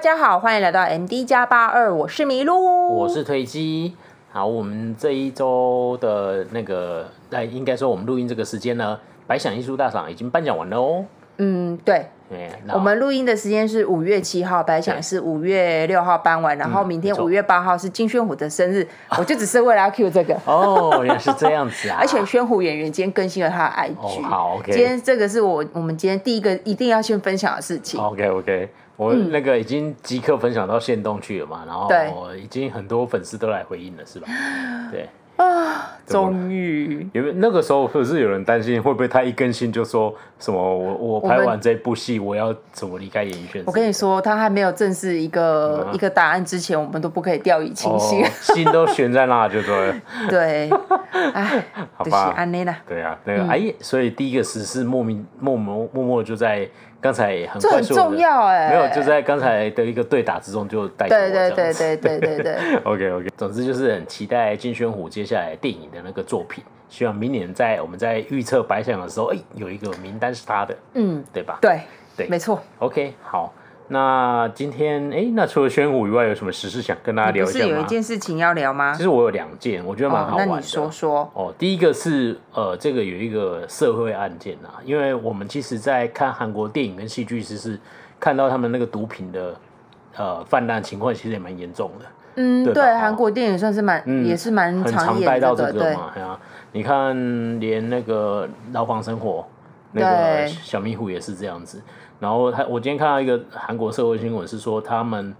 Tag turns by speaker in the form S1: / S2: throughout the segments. S1: 家好，欢迎来到 MD 加八二，我是麋鹿，
S2: 我是推机。好，我们这一周的那个，那应该说我们录音这个时间呢，百想艺术大赏已经颁奖完了哦。
S1: 嗯，对，
S2: 哎，那
S1: 我们录音的时间是五月七号，白想
S2: 对嗯
S1: 是五月六号搬完，然后明天
S2: 没错
S1: 五月八号是金宣虎的生 日，我就只是为了要 cue 这个。
S2: 哦，原来是这样子啊！
S1: 而且宣虎演员今天更新了他的 IG，、
S2: 哦好，OK
S1: 今天这个是我我们今天第一个一定要先分享的事情。
S2: OK OK，我那个已经即刻分享到线动去了嘛，然
S1: 对
S2: 后已经很多粉丝都来回应了，是吧？对，怎么了
S1: 终于，
S2: 因为那个时候不是有人担心会不会他一更新就说什么我我拍
S1: 我们
S2: 完这部戏我要怎么离开演艺圈？
S1: 我跟你说，他还没有正式一个、
S2: 嗯
S1: 一个答案之前，我们都不可以掉以轻
S2: 哦
S1: 心。，
S2: 心都悬在那就对了。
S1: 对，哎，
S2: 好
S1: 就是
S2: 吧
S1: 安内啦，
S2: 对啊，那个
S1: 嗯
S2: 哎、所以第一个时事莫名默默默默就在刚才也很
S1: 这
S2: 快
S1: 很
S2: 速地
S1: 重要哎、
S2: 没有就在刚才的一个对打之中就带过
S1: 对对
S2: 这样
S1: 对
S2: 子
S1: 对对对对，
S2: OK OK，总之就是很期待金宣虎接下来电影的那个作品，希望明年在我们在预测白想的时候，哎、有一个名单是他的，
S1: 嗯，
S2: 对吧？
S1: 对，
S2: 对
S1: 没错，
S2: OK，好，那今天哎、那除了宣虎以外，有什么时事想跟大家
S1: 你
S2: 聊
S1: 不
S2: 一
S1: 是
S2: 下
S1: 有一
S2: 吗？
S1: 件事情要聊吗
S2: 其？实我有两件，我觉得蛮
S1: 哦
S2: 好，
S1: 那
S2: 玩的。
S1: 你说说，
S2: 哦，第一个是呃，这个有一个社会案件啊，因为我们其实，在看韩国电影跟戏剧时，是看到他们那个毒品的呃泛滥情况，其实也蛮严重的，
S1: 嗯，
S2: 对吧
S1: 对，
S2: 哦
S1: 韩国电影算是蛮、
S2: 嗯
S1: 也是蛮
S2: 很常带
S1: 演
S2: 到
S1: 这
S2: 这
S1: 个，
S2: 个
S1: 对，
S2: 嘛，哎呀、你看连那个牢房生活。那
S1: 对
S2: 个小迷糊也是这样子，然后他我今天看到一个韩国社会新闻是说他们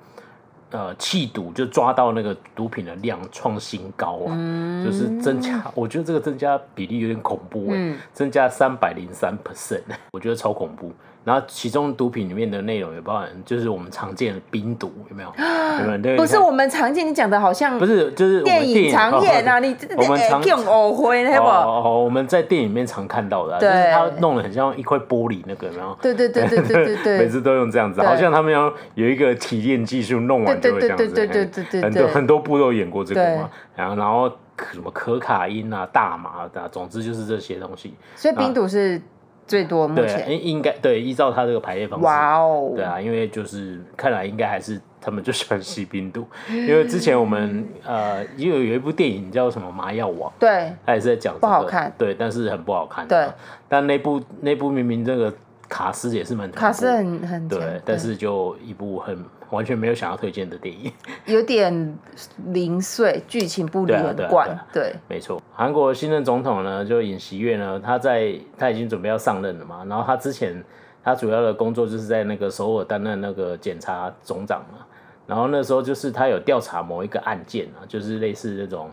S2: 呃弃毒就抓到那个毒品的量创新高啊，
S1: 嗯
S2: 就是增加，我觉得这个增加比例有点恐怖哎、
S1: 嗯
S2: 增加三百零三 percent，我欸觉得超恐怖。然后其中毒品里面的内容也包含，就是我们常见的冰毒，有没有？有没有？那个
S1: 不是我们常见，你讲的好像
S2: 不是，就是我们哦
S1: 电影常演啊，你这
S2: 我们常
S1: 用偶会呢
S2: 哦
S1: 不？
S2: 哦，哦我们在电影里面常看到的、啊，就
S1: 对
S2: 是他弄得很像一块玻璃那个，有没有？
S1: 对对对对对对对
S2: 每次啊都用这样子，
S1: 对
S2: 好像他们要有一个体验技术，弄完
S1: 对
S2: 就
S1: 对
S2: 会这样
S1: 对
S2: 子。
S1: 对对
S2: 嘿
S1: 对对对
S2: 很
S1: 对
S2: 多很多部都演过这
S1: 对
S2: 个嘛。然后然后什么可卡因啊、大麻的、啊，总之就是这些东西。
S1: 所以冰毒是最多目
S2: 对，哎
S1: 前。
S2: 应应该对，依照他这个排列方式。
S1: 哇哦！
S2: 对啊，因为就是看来应该还是他们就喜欢吸冰毒，因为之前我们呃，因为有一部电影叫什么《麻药王》，
S1: 对
S2: 他也是在讲、这
S1: 不
S2: 个
S1: 好看
S2: 对，但是很不好看、啊
S1: 对，
S2: 但那部那部明明这个卡斯也是蛮恐
S1: 卡斯
S2: 怖的
S1: 很很强
S2: 对，但是就一部很完全没有想要推荐的电影。
S1: 有点零碎，剧情不
S2: 对啊
S1: 连
S2: 对啊对
S1: 贯
S2: 啊。
S1: 对，
S2: 没错，韩国新任总统呢，就尹锡悦呢，他在他已经准备要上任了嘛，然后他之前他主要的工作就是在那个首尔担任那个检察总长嘛，然后那时候就是他有调查某一个案件啊，就是类似这种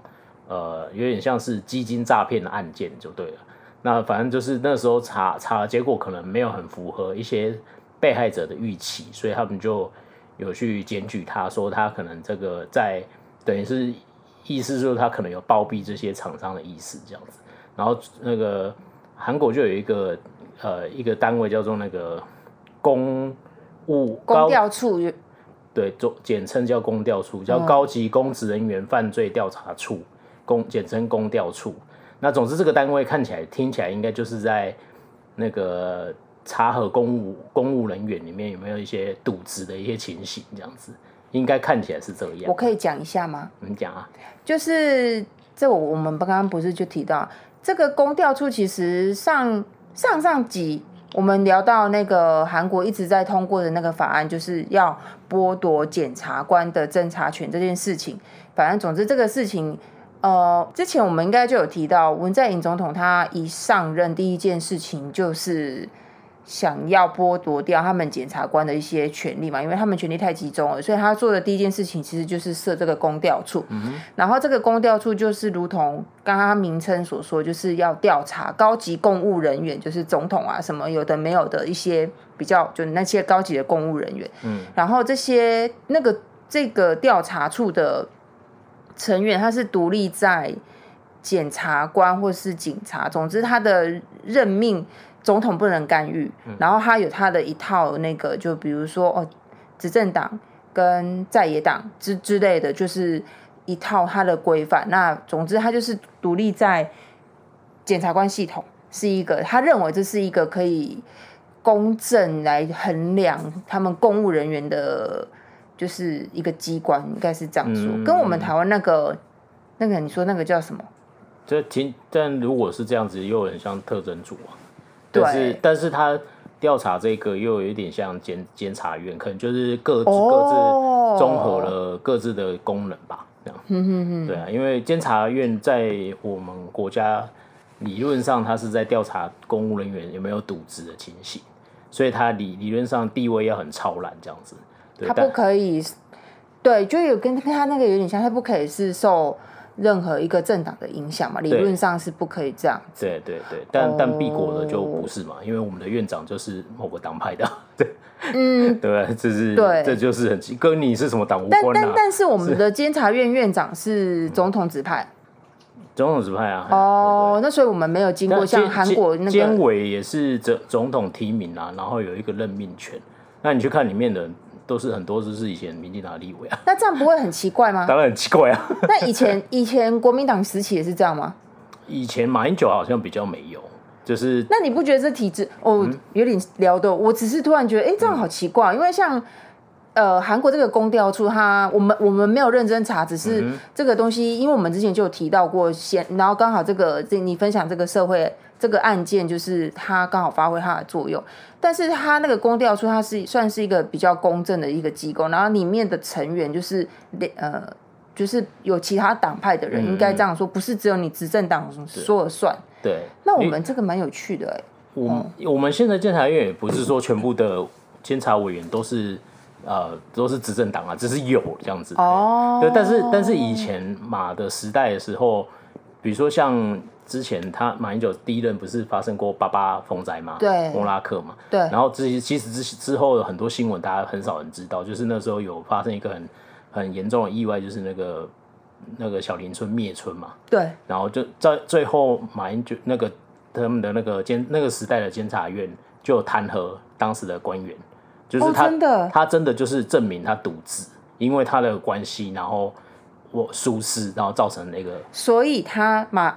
S2: 呃有点像是基金诈骗的案件就对了，那反正就是那时候查查的结果可能没有很符合一些被害者的预期，所以他们就有去检举他，说他可能这个在等于是意思就是他可能有包庇这些厂商的意思这样子。然后那个韩国就有一个呃一个单位叫做那个公务
S1: 公
S2: 高
S1: 调处有
S2: 对，做简称叫公调处，叫
S1: 嗯
S2: 高级公职人员犯罪调查处，公简称公调处。那总之这个单位看起来听起来应该就是在那个查核公务公务人员里面有没有一些渎职的一些情形，这样子应该看起来是这
S1: 我
S2: 样。
S1: 可以讲一下吗？
S2: 你讲啊，
S1: 就是这我我们刚刚不是就提到这个公调处，其实上上上集我们聊到那个韩国一直在通过的那个法案，就是要剥夺检察官的侦查权这件事情。反正总之这个事情。呃，之前我们应该就有提到，文在寅总统他一上任，第一件事情就是想要剥夺掉他们检察官的一些权利嘛，因为他们权力太集中了，所以他做的第一件事情其实就是设这个公调处。然后这个公调处就是如同刚刚名称所说，就是要调查高级公务人员，就是总统啊什么有的没有的一些比较，就那些高级的公务人员。嗯，然后这些那个这个调查处的成员，他是独立在检察官或是警察，总之他的任命总统不能干预，然后他有他的一套那个，就比如说哦，执政党跟在野党之之类的，就是一套他的规范。那总之，他就是独立在检察官系统是一个，他认为这是一个可以公正来衡量他们公务人员的就是一个机关，应该是这样说，
S2: 嗯
S1: 跟我们台湾那个那个你说那个叫什么？
S2: 这挺，但如果是这样子，又很像特侦组啊。
S1: 对
S2: 但是，但是他调查这个又有一点像监监察院，可能就是各自、
S1: 哦
S2: 各自综合了各自的功能吧，这样。
S1: 嗯哼哼，
S2: 对啊，因为监察院在我们国家理论上，它是在调查公务人员有没有渎职的情形，所以它理理论上地位要很超然这样子。对
S1: 他，不
S2: 但
S1: 可以，对，就有跟跟他那个有点像，他不可以是受任何一个政党的影响嘛，理
S2: 对
S1: 论上是不可以这样。
S2: 对对对，
S1: 哦
S2: 但但毕果的就不是嘛，因为我们的院长就是某个党派的，啊 对
S1: 嗯，
S2: 对，啊这是
S1: 对
S2: 这就是很奇跟你是什么党无
S1: 但
S2: 关
S1: 但
S2: 啊，
S1: 但是我们的监察院院长是总统指派
S2: 总统指派啊。
S1: 哦，那所以我们没有经
S2: 对，
S1: 过像
S2: 监
S1: 韩国那
S2: 监监
S1: 个
S2: 委也是总总统提名啊，然后有一个任命权。那你去看里面的人，都是很多都是以前民进党的立委啊，
S1: 那这样不会很奇怪吗？
S2: 当然很奇怪啊。
S1: 那以前以前国民党时期也是这样吗？
S2: 以前马英九好像比较没有，就是
S1: 那你不觉得这体制哦、有点聊的？我只是突然觉得，哎、这样好奇怪，因为像呃韩国这个公调处它，我们我们没有认真查，只是这个东西，因为我们之前就有提到过先，然后刚好这个这你分享这个社会这个案件，就是它刚好发挥它的作用，但是它那个公调处它是算是一个比较公正的一个机构，然后里面的成员就是呃。就是有其他党派的人，应该这样说，不是只有你执政党说了算。
S2: 对。
S1: 那我们这个蛮有趣的、欸，
S2: 我们我们现在监察院也不是说全部的监察委员都是呃都是执政党啊，只是有这样子。
S1: 哦
S2: 对，但是但是以前马的时代的时候，比如说像之前他马英九第一任不是发生过八八风灾吗？
S1: 对
S2: 莫拉克嘛。
S1: 对
S2: 然后之其实之之后有很多新闻大家很少人知道，就是那时候有发生一个很很严重的意外，就是那个那个小林村灭村嘛。
S1: 对，
S2: 然后就在最后马英九那个他们的那个监那个时代的监察院就有弹劾当时的官员，就是
S1: 哦
S2: 他、
S1: 真的
S2: 他真的就是证明他渎职，因为他的关系，然后我疏失，然后造成那个
S1: 所以他马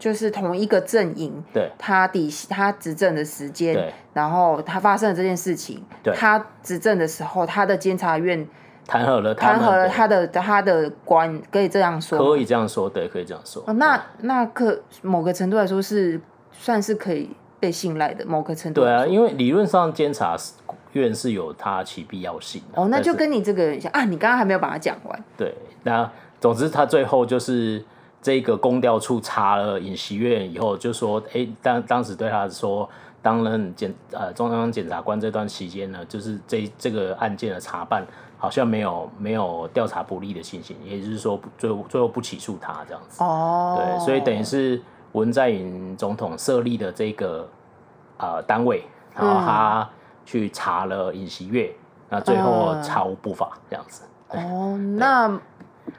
S1: 就是同一个阵营，
S2: 对
S1: 他底他执政的时间
S2: 对，
S1: 然后他发生了这件事情，
S2: 对
S1: 他执政的时候，他的监察院
S2: 弹劾了他
S1: 弹
S2: 们
S1: 劾了
S2: 的
S1: 他的他的官，可以这样说
S2: 可
S1: 吗。
S2: 以这样说，对，可以这样说。
S1: 哦，那那可某个程度来说是算是可以被信赖的，某个程度
S2: 对
S1: 来
S2: 啊，
S1: 说。
S2: 因为理论上监察院是有它其必要性的
S1: 哦，那
S2: 但
S1: 就是跟你这个有点像啊，你刚刚还没有把它讲完。
S2: 对，那总之他最后就是这个公调处查了尹锡悦以后，就说，哎、当当时对他说，担任检呃中央检察官这段期间呢，就是这这个案件的查办好像没有没有调查不利的情形，也就是说不最后最后不起诉他这样子。
S1: 哦，
S2: 对，所以等于是文在寅总统设立的这个呃单位，然
S1: 嗯
S2: 后他去查了尹锡悦，那最后
S1: 嗯
S2: 查无不法这样子。
S1: 哦，那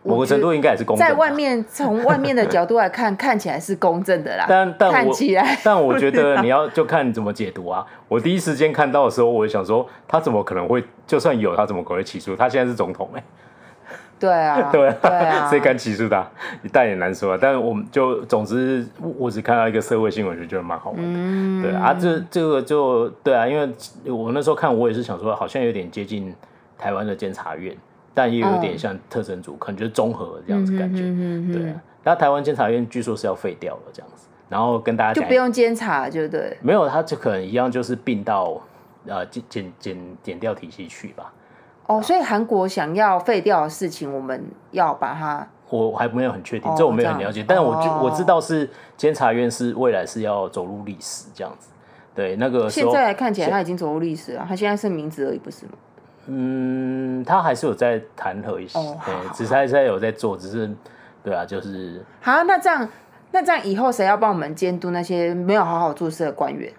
S2: 某个程度应该也是公正
S1: 在
S2: 吧
S1: 外面从外面的角度来看， 看起来是公正的啦。
S2: 但但
S1: 看
S2: 我
S1: 起 来
S2: 但我觉得你要就看你怎么解读啊。我第一时间看到的时候，我就想说，他怎么可能会？就算有，他怎么可能会起诉？他现在是总统哎、
S1: 对啊，
S2: 对
S1: 对啊，
S2: 谁敢起诉他？一代也难说啊。但是我们就总之，我我只看到一个社会新闻，就觉得蛮好玩的。
S1: 嗯
S2: 对啊，这这个就对啊，因为我那时候看，我也是想说，好像有点接近台湾的监察院，但也有点像特侦组，可能就是综合这样子感觉。
S1: 嗯
S2: 对、啊，那台湾监察院据说是要废掉了这样子，然后跟大家
S1: 就
S2: 讲一
S1: 不用监察，就对。
S2: 没有，他就可能一样，就是并到呃减减减减掉体系去吧。啊
S1: 哦，所以韩国想要废掉的事情，我们要把它
S2: 我还没有很确定，
S1: 哦
S2: 这我没有很
S1: 这样
S2: 了解，但我就、
S1: 哦
S2: 我知道是监察院是未来是要走入历史这样子。对，那个时
S1: 现
S2: 候，
S1: 在看起来它已经走入历史了，它现在是名字而已，不是吗？
S2: 嗯，他还是有在弹劾一些，
S1: 哦好
S2: 对，只是他现在有在做，只是对啊，就是
S1: 好，那这样那这样以后谁要帮我们监督那些没有好好做事的官员？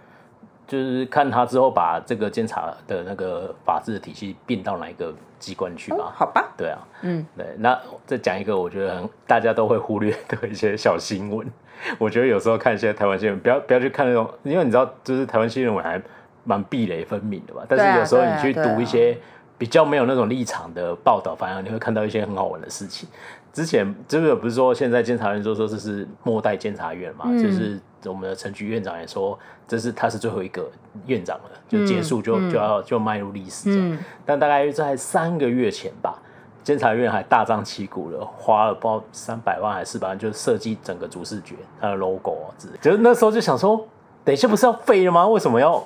S2: 就是看他之后把这个监察的那个法治的体系并到哪一个机关去吧。
S1: 哦好吧，
S2: 对啊，
S1: 嗯，
S2: 对。那再讲一个，我觉得很大家都会忽略的一些小新闻。 我觉得有时候看一些台湾新闻，不要不要去看那种，因为你知道，就是台湾新闻还蛮壁垒分明的吧。但
S1: 对啊
S2: 是有时候
S1: 对啊
S2: 你去
S1: 对啊
S2: 读一些比较没有那种立场的报道，反而你会看到一些很好玩的事
S1: 嗯
S2: 情。之前就是不是说现在监察院就说这是末代监察院嘛，就是我们的陈局院长也说，这是他是最后一个院长了，就
S1: 嗯
S2: 结束就、就要就迈入历史这样。但大概在三个月前吧，监察院还大张旗鼓了，花了不知道三百万还是四百万，就设计整个主视觉、它的 logo 啊之类的。就是那时候就想说，等一下不是要废了吗？为什么要？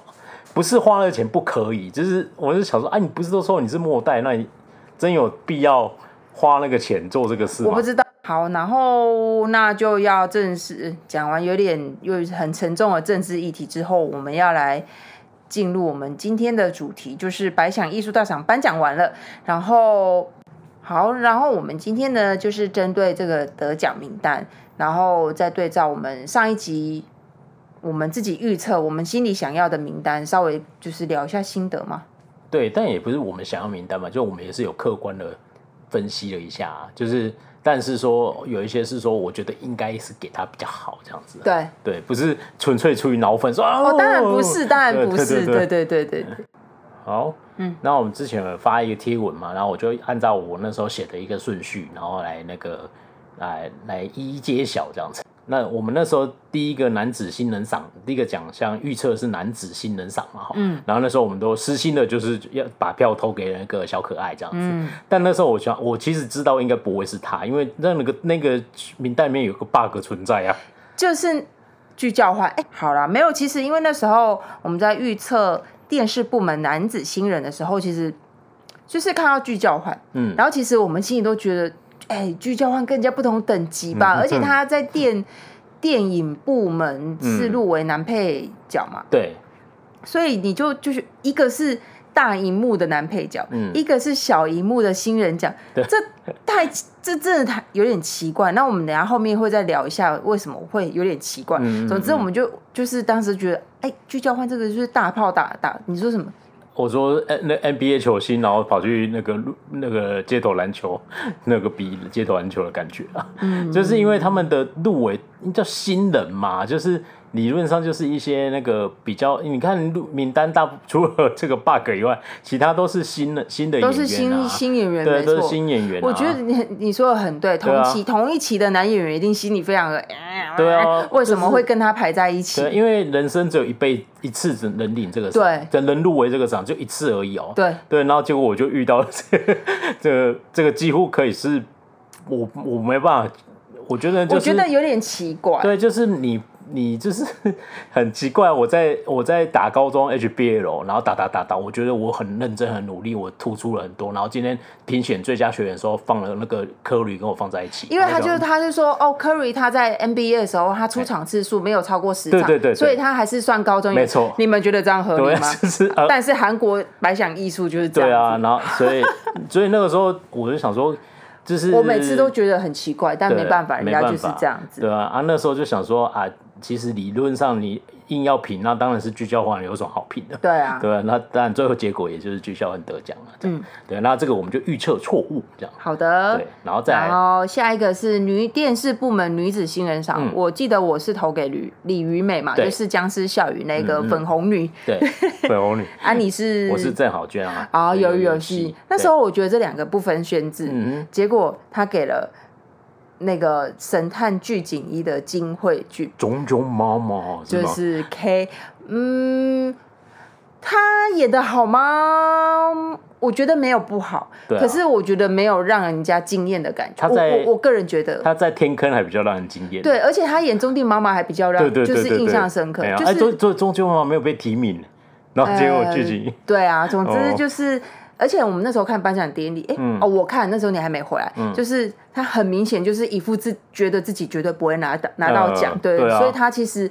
S2: 不是花了钱不可以，就是我就想说，啊，你不是都说你是末代，那你真有必要花那个钱做这个事
S1: 我
S2: 吗
S1: 不？知道。好，然后那就要正式讲完有点又很沉重的政治议题之后，我们要来进入我们今天的主题，就是百想艺术大赏颁奖完了，然后好，然后我们今天呢就是针对这个得奖名单，然后再对照我们上一集我们自己预测我们心里想要的名单，稍微就是聊一下心得嘛。
S2: 对，但也不是我们想要名单嘛，就我们也是有客观的分析了一下、就是但是说有一些是说，我觉得应该是给他比较好这样子、啊，
S1: 对，
S2: 对，不是纯粹出于脑粉说哦
S1: 哦，当然不是，当然不是，
S2: 对
S1: 对对对对，
S2: 好，嗯，那我们之前有发一个贴文嘛，然后我就按照我那时候写的一个顺序，然后来那个来来一一揭晓这样子。那我们那时候第一个男子新人赏，第一个奖项预测是男子新人赏嘛，哈，嗯，然后那时候我们都私心的就是要把票投给那个小可爱这样子，
S1: 嗯
S2: 但那时候我想，我其实知道应该不会是他，因为那那个那个名单里面有个 bug 存在啊，
S1: 就是去交换。哎，好啦，没有，其实因为那时候我们在预测电视部门男子新人的时候，其实就是看到剧交换，
S2: 嗯
S1: 然后其实我们心里都觉得，哎，剧交换跟人家不同等级吧，
S2: 嗯
S1: 而且他在电电影部门是入围男配角嘛，
S2: 对，
S1: 所以你就就是一个是。大荧幕的男配角，
S2: 嗯
S1: 一个是小荧幕的新人奖，
S2: 对
S1: 这太 这真的太有点奇怪。那我们等一下后面会再聊一下为什么会有点奇怪。
S2: 嗯嗯
S1: 总之，我们就就是当时觉得，哎，聚交换这个就是大炮打打，你说什么？
S2: 我说呃那 NBA 球星，然后跑去那个路那个街头篮球， 那个比街头篮球的感觉啊，
S1: 嗯
S2: 就是因为他们的入围叫新人嘛，就是理论上就是一些那个比较，你看入名单大部除了这个 bug 以外，其他都是新的新的演员
S1: 都
S2: 啊，
S1: 是新、新演员，
S2: 对，
S1: 没
S2: 都是
S1: 错。
S2: 新演员、啊。
S1: 我觉得你很你说的很对，
S2: 对
S1: 同
S2: 啊
S1: 期、同一期的男演员一定心里非常的，哎
S2: 对啊
S1: 为什么
S2: 就是
S1: 会跟他排在一起？
S2: 对，因为人生只有一辈一次只能领这个
S1: 对
S2: 赏，只能入围这个奖就一次而已哦。
S1: 对
S2: 对，然后结果我就遇到了这个这个这个几乎可以是我我没办法，我觉得就
S1: 我
S2: 是
S1: 觉得有点奇怪。
S2: 对，就是你你就是 很奇怪，我在我在打高中 HBL，然后打打打打，我觉得我很认真很努力，我突出了很多，然后今天评选最佳学员的时候放了那个科里跟我放在一起，
S1: 因为他
S2: 然后
S1: 就他就说哦，Curry 他在 NBA 的时候，他出场次数没有超过十场，
S2: 对对对对
S1: 所以他还是算高中演员。
S2: 没错
S1: 你们觉得这样合
S2: 对
S1: 理吗？
S2: 就是呃
S1: 但是韩国百想艺术就是这样
S2: 对
S1: 子。
S2: 啊，然后所以 所以那个时候我就想说，就是
S1: 我每次都觉得很奇怪，但
S2: 对
S1: 没办法，人
S2: 没
S1: 家
S2: 办
S1: 就是
S2: 法
S1: 这样子。
S2: 对啊，啊那时候就想说啊，其实理论上你硬要评，那当然是聚焦换有什么好评的？
S1: 对啊，
S2: 对啊，那当然最后结果也就是聚焦换得奖了。嗯，对，那这个我们就预测错误这样。
S1: 好的
S2: 对。，然后再
S1: 然
S2: 来，
S1: 后下一个是女电视部门女子新人赏，我记得我是投给吕李于美嘛，
S2: 嗯对
S1: 就是《僵尸校园》那个粉红女，
S2: 对，粉红女，
S1: 啊，你是
S2: 我是郑好娟 啊。
S1: 啊，
S2: 有
S1: 鱿鱼游戏。那时候我觉得这两个不分轩制，
S2: 嗯
S1: 结果他给了那个神探巨警一的金惠剧，
S2: 种种猫猫
S1: 就
S2: 吗？
S1: 是 K，嗯，他演的好吗？我觉得没有不好，
S2: 对啊
S1: 可是我觉得没有让人家惊艳的感觉。
S2: 他
S1: 我
S2: 在
S1: 我我个人觉得。
S2: 她在天坑还比较让人惊艳。
S1: 对，而且他演中地妈妈还比较让，
S2: 对对对对
S1: 就
S2: 对，
S1: 是印象深刻，
S2: 哎呀
S1: 就
S2: 哎，
S1: 是
S2: 终终终究嘛没有被提名，然后结果剧情
S1: 对啊，总之
S2: 哦嗯
S1: 就是，而且我们那时候看颁奖典礼，哎、哦，我看那时候你还没回来，就是他很明显就是一副自觉得自己绝对不会拿到拿到奖，
S2: 呃
S1: 对，
S2: 对啊
S1: 所以他其实。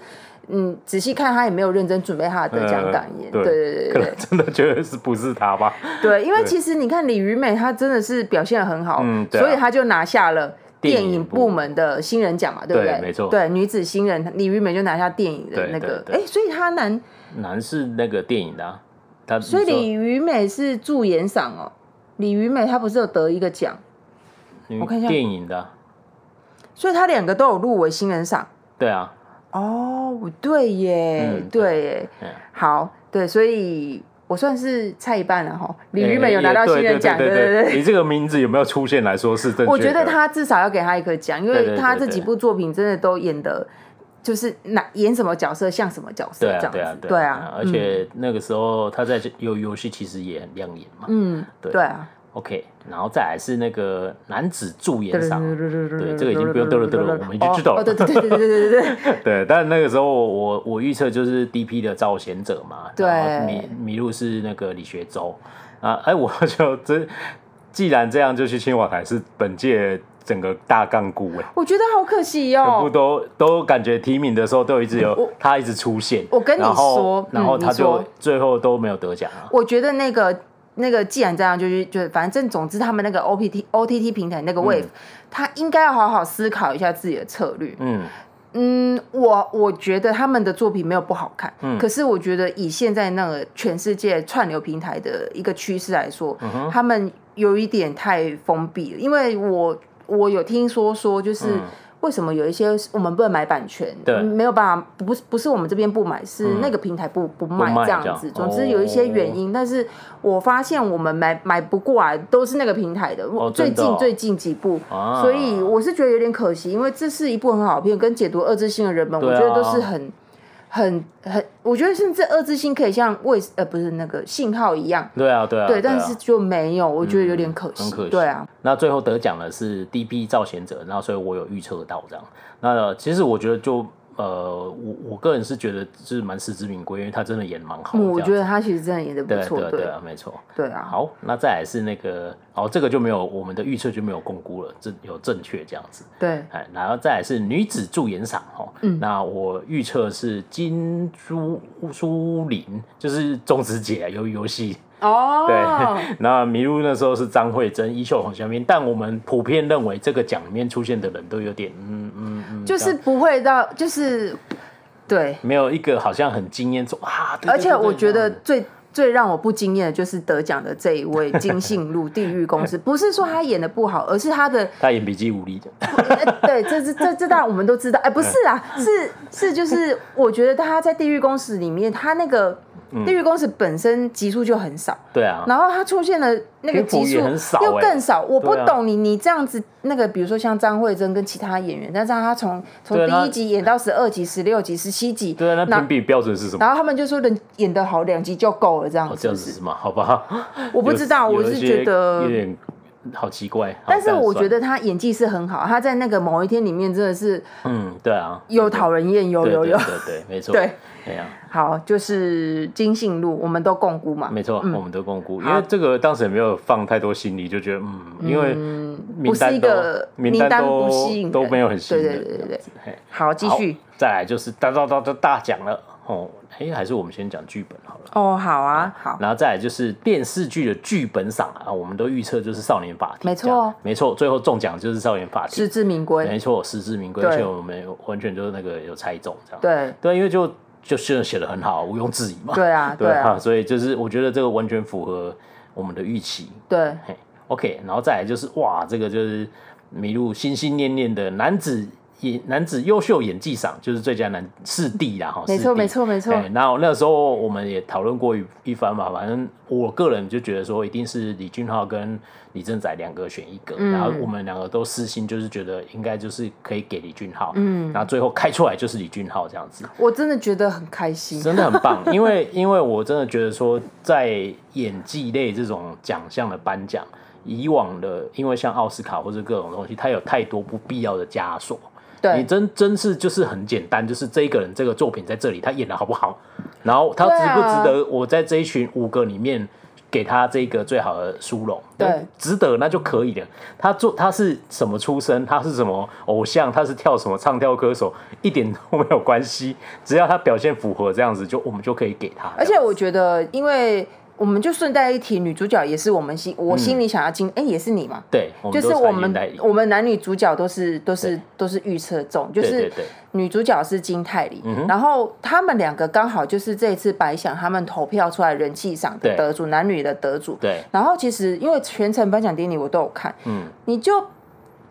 S1: 嗯，仔细看他也没有认真准备他的得奖感言，
S2: 呃
S1: 对对对
S2: 可
S1: 对
S2: 能真的觉得是不是他吧？
S1: 对，因为其实你看李于美她真的是表现得很好，
S2: 嗯对啊
S1: 所以她就拿下了电
S2: 电影
S1: 影
S2: 部
S1: 部门的新人奖嘛，对不
S2: 对
S1: 对？
S2: 没错
S1: 对女子新人李于美就拿下电影的
S2: 对
S1: 那个，
S2: 对
S1: 哎
S2: 对，
S1: 所以她男，
S2: 男是那个电影的、啊，他
S1: 所以
S2: 你说
S1: 李于美是助演赏哦，李于美她不是有得一个奖，
S2: 嗯
S1: 我看一下
S2: 电影的啊，
S1: 所以他两个都有入围新人赏。
S2: 对啊，
S1: 哦，对耶，
S2: 嗯
S1: 对耶，
S2: 嗯
S1: 好，对，所以我算是菜一半了哈。李
S2: 诶
S1: 宇美有拿到
S2: 哎对
S1: 新人奖，
S2: 对
S1: 对
S2: 对
S1: 对。
S2: 你这个名字有没有出现来说是正确的？
S1: 我觉得他至少要给他一个奖，因
S2: 对
S1: 为
S2: 对对
S1: 他这
S2: 对
S1: 几部作品真的都演的就是哪演什么角色像什么角色
S2: 对
S1: 这
S2: 啊，
S1: 样子，对
S2: 对啊，
S1: 嗯
S2: 啊，而且那个时候他在游游戏其实也很亮眼嘛。
S1: 嗯，
S2: 对
S1: 对啊，
S2: OK，然后再来是那个男子助演上，
S1: 对
S2: 这个已经不用嘚了嘚了我们已经知道了
S1: 哦，对对对对对对对对，
S2: 对，但那个时候我我预测就是 DP 的造险者嘛，
S1: 对
S2: 然后麋麋鹿是那个李学周啊，哎，我就真既然这样，就去青瓦台是本届整个大干股哎，
S1: 我觉得好可惜
S2: 全部
S1: 哦。
S2: 都都感觉提名的时候都一直有
S1: 我
S2: 他一直出现，
S1: 我跟你
S2: 然后
S1: 说
S2: 然后
S1: 嗯
S2: 他
S1: 你说
S2: 就最后都没有得奖啊，
S1: 我觉得那个那个既然这样，就是就是反正总之他们那个 O P T O T T 平台那个 Wave，、他应该要好好思考一下自己的策略。
S2: 嗯，
S1: 嗯，我我觉得他们的作品没有不好看，
S2: 嗯
S1: 可是我觉得以现在那个全世界串流平台的一个趋势来说，
S2: 嗯
S1: 他们有一点太封闭了。因为我我有听说说，就是为什么有一些我们不能买版权，
S2: 嗯对嗯
S1: 没有办法，不是不是我们这边不买，是那个平台不不卖
S2: 不卖
S1: 这样
S2: 这样哦
S1: 子。总之有一些原因，但是我发现我们买买不过来，都是那个平台的。我
S2: 哦
S1: 最
S2: 真的
S1: 近、
S2: 哦
S1: 最近几部，
S2: 啊
S1: 所以我是觉得有点可惜，因为这是一部很好的片，跟解读二字星的人们，我
S2: 对啊
S1: 觉得都是很、很、很，我觉得甚至二字星可以像卫呃不是那个信号一样，
S2: 对啊对啊，
S1: 对，
S2: 啊嗯
S1: 但是就没有，我觉得有点可惜，
S2: 很可惜
S1: 对啊，
S2: 那最后得奖的是 DP 造险者，那所以我有预测到这样。那其实我觉得就呃，我我个人是觉得就是蛮实至名归，因为他真的演得蛮好的这样。
S1: 嗯我觉得他其实真的演的不
S2: 对
S1: 错，
S2: 对
S1: 对
S2: 对啊，没错。
S1: 对啊，
S2: 好，那再来是那个哦，这个就没有我们的预测就没有共估了，这有正确这样子。
S1: 对，
S2: 哎，然后再来是女子助演赏哦，
S1: 嗯
S2: 那我预测是金珠苏玲，就是钟子姐啊游游戏
S1: 哦，
S2: 对，那麋鹿那时候是张惠珍、衣袖红香槟，但我们普遍认为这个奖里面出现的人都有点，嗯嗯 嗯，
S1: 就是不会到，就是对，
S2: 没有一个好像很惊艳说啊，对
S1: 而且我觉，得
S2: 对对对
S1: 最。最让我不惊艳的就是得奖的这一位金信路地狱公司，不是说他演的不好，而是他的
S2: 他演笔记无力的，
S1: 呃对，这这这这当然我们都知道，哎、不是啦，是是就是，我觉得他在《地狱公使》里面，他那个《地狱公使》本身集数就很少，
S2: 对嗯啊，
S1: 然后他出现了那个
S2: 篇幅
S1: 集数
S2: 也很少
S1: 又
S2: 哎
S1: 更少，我不
S2: 对啊
S1: 懂你你这样子那个，比如说像张慧珍跟其他演员，但是他从从
S2: 对
S1: 第
S2: 那
S1: 一集演到十二集、十六集、十七集，
S2: 对啊，那
S1: 那
S2: 评比标准是什么？
S1: 然后他们就说人演得好，两集就够了这样
S2: 哦，这
S1: 子
S2: 样。子是吗？好吧，
S1: 我
S2: 我
S1: 不知道，我是觉得
S2: 有点好奇怪，好
S1: 但是
S2: 这样
S1: 我
S2: 算
S1: 觉得他演技是很好，他在那个某一天里面真的是
S2: 嗯，对啊，
S1: 有讨人厌，有
S2: 对
S1: 有
S2: 对
S1: 有
S2: 对。对，没错，
S1: 对，
S2: 对啊。
S1: 好，就是金信路，我们都共估嘛，
S2: 没错，我们都共估，因为这个当时也没有放太多心理，就觉得嗯，因为名
S1: 不是
S2: 单
S1: 一
S2: 都
S1: 个
S2: 名
S1: 名
S2: 单
S1: 单
S2: 都
S1: 不吸引人
S2: 都没有很吸引
S1: 对对
S2: 人
S1: 对对
S2: 这样子。嘿
S1: 好，继
S2: 好
S1: 续。
S2: 再来就是大大大大大奖了哦，哎，还是我们先讲剧本好了。
S1: 哦，好啊，好，
S2: 然后再来就是电视剧的剧本赏啊，我们都预测就是《少年法庭》这
S1: 没
S2: 样，
S1: 错
S2: 没错，最后中奖就是《少年法庭
S1: 实》，至名归。
S2: 没错，实至名归，
S1: 对
S2: 而且我们有完全就是那个有猜中这样，
S1: 对，
S2: 对，因为就就是写的很好，毋庸置疑嘛，
S1: 对啊，
S2: 对
S1: 对
S2: 啊，
S1: 啊，
S2: 所以就是我觉得这个完全符合我们的预期。
S1: 对，啊
S2: 嘿，OK，然后再来就是哇，这个就是麋鹿心心念念的男子演男子优秀演技赏，就是最佳男视帝啦哈。
S1: 没
S2: 视
S1: 错，
S2: 帝
S1: 没。错，没错。
S2: 哎然后那时候我们也讨论过一一番嘛，反正我个人就觉得说，一定是李俊浩跟李正宰两个选一个，
S1: 嗯
S2: 然后我们两个都私心就是觉得应该就是可以给李俊浩，嗯，然后最后开出来就是李俊浩这样子，
S1: 我真的觉得很开心。
S2: 真的很棒，因为 因为我真的觉得说，在演技类这种奖项的颁奖，以往的因为像奥斯卡或者各种东西，它有太多不必要的枷锁。你
S1: 对，
S2: 真真是就是很简单，就是这一个人这个作品在这里他演的好不好，然后他
S1: 对
S2: 值不
S1: 啊
S2: 值得我在这一群五个里面给他这个最好的殊荣，
S1: 对
S2: 那值得那就可以了。他做他是什么出身，他是什么偶像，他是跳什么唱跳歌手，一点都没有关系，只要他表现符合这样子，就我们就可以给他。
S1: 而且我觉得，因为我们就顺带一提，女主角也是我们心，我心里想要进，哎，也是你嘛。
S2: 对，嗯我
S1: 就
S2: 们
S1: 是
S2: 都
S1: 我
S2: 才
S1: 们
S2: 原来
S1: 我们男女主角都是都是都是预测中，就
S2: 对
S1: 是
S2: 对对
S1: 女主角是金泰梨，然后他们两个刚好就是这一次白想他们投票出来人气赏的
S2: 对
S1: 得主，男女的得主。
S2: 对
S1: 然后其实因为全程颁奖典礼我都有看，嗯，你就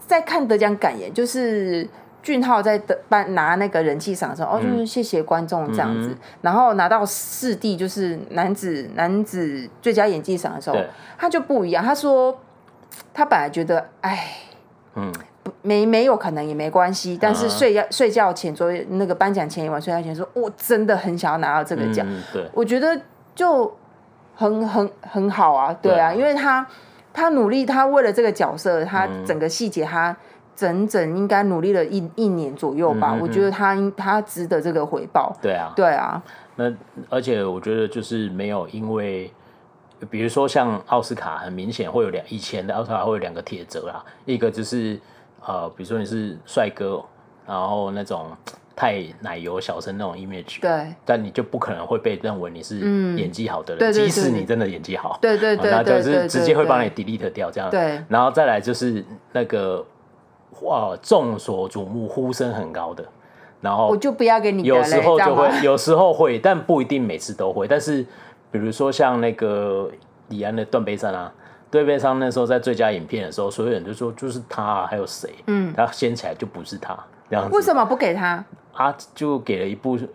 S1: 在看得奖感言，就是俊浩在得颁拿那个人气赏的时候，
S2: 嗯
S1: 哦，就是谢谢观众这样子，然后拿到四弟就是男子男子最佳演技赏的时候
S2: 对，
S1: 他就不一样，他说他本来觉得，哎，
S2: 嗯，
S1: 没没有可能也没关系，但是
S2: 嗯
S1: 睡觉、睡觉前昨天那个颁奖前一晚睡觉前说，我真的很想要拿到这个奖，
S2: 嗯，对，
S1: 我觉得就很很很好啊，对啊，
S2: 对啊
S1: 因为他他努力，他为了这个角色，他
S2: 嗯
S1: 整个细节他。整整应该努力了一一年左右吧，
S2: 嗯嗯
S1: 我
S2: 嗯
S1: 觉得他应他值得这个回报。
S2: 对啊，
S1: 对啊，
S2: 那而且我觉得就是没有因为，比如说像奥斯卡，很明显会有两以前的奥斯卡会有两个铁则啦，一个就是呃，比如说你是帅哥，然后那种太奶油小生那种 image，
S1: 对
S2: 但你就不可能会被认为你是
S1: 嗯
S2: 演技好的人，
S1: 对对对
S2: 即使
S1: 对
S2: 你真的演技好，
S1: 对对
S2: 哦
S1: 对
S2: 那
S1: 对对对
S2: 就是
S1: 对，
S2: 直接会帮你 delete 掉这样。
S1: 对
S2: 然后再来就是那个哇，众所瞩目、呼声很高的，然后
S1: 我就不要给你得
S2: 有
S1: 嘞，
S2: 时候
S1: 这样
S2: 就
S1: 吗
S2: 会，有时候会，但不一定每次都会。但是比如说像那个李安的《断背山》啊，《断背山》那时候在最佳影片的时候，所有人就说就是他、啊，还有谁？
S1: 嗯，
S2: 他掀起来就不是他这样
S1: 为
S2: 子
S1: 什么不给他？
S2: 啊，就给了一部。呃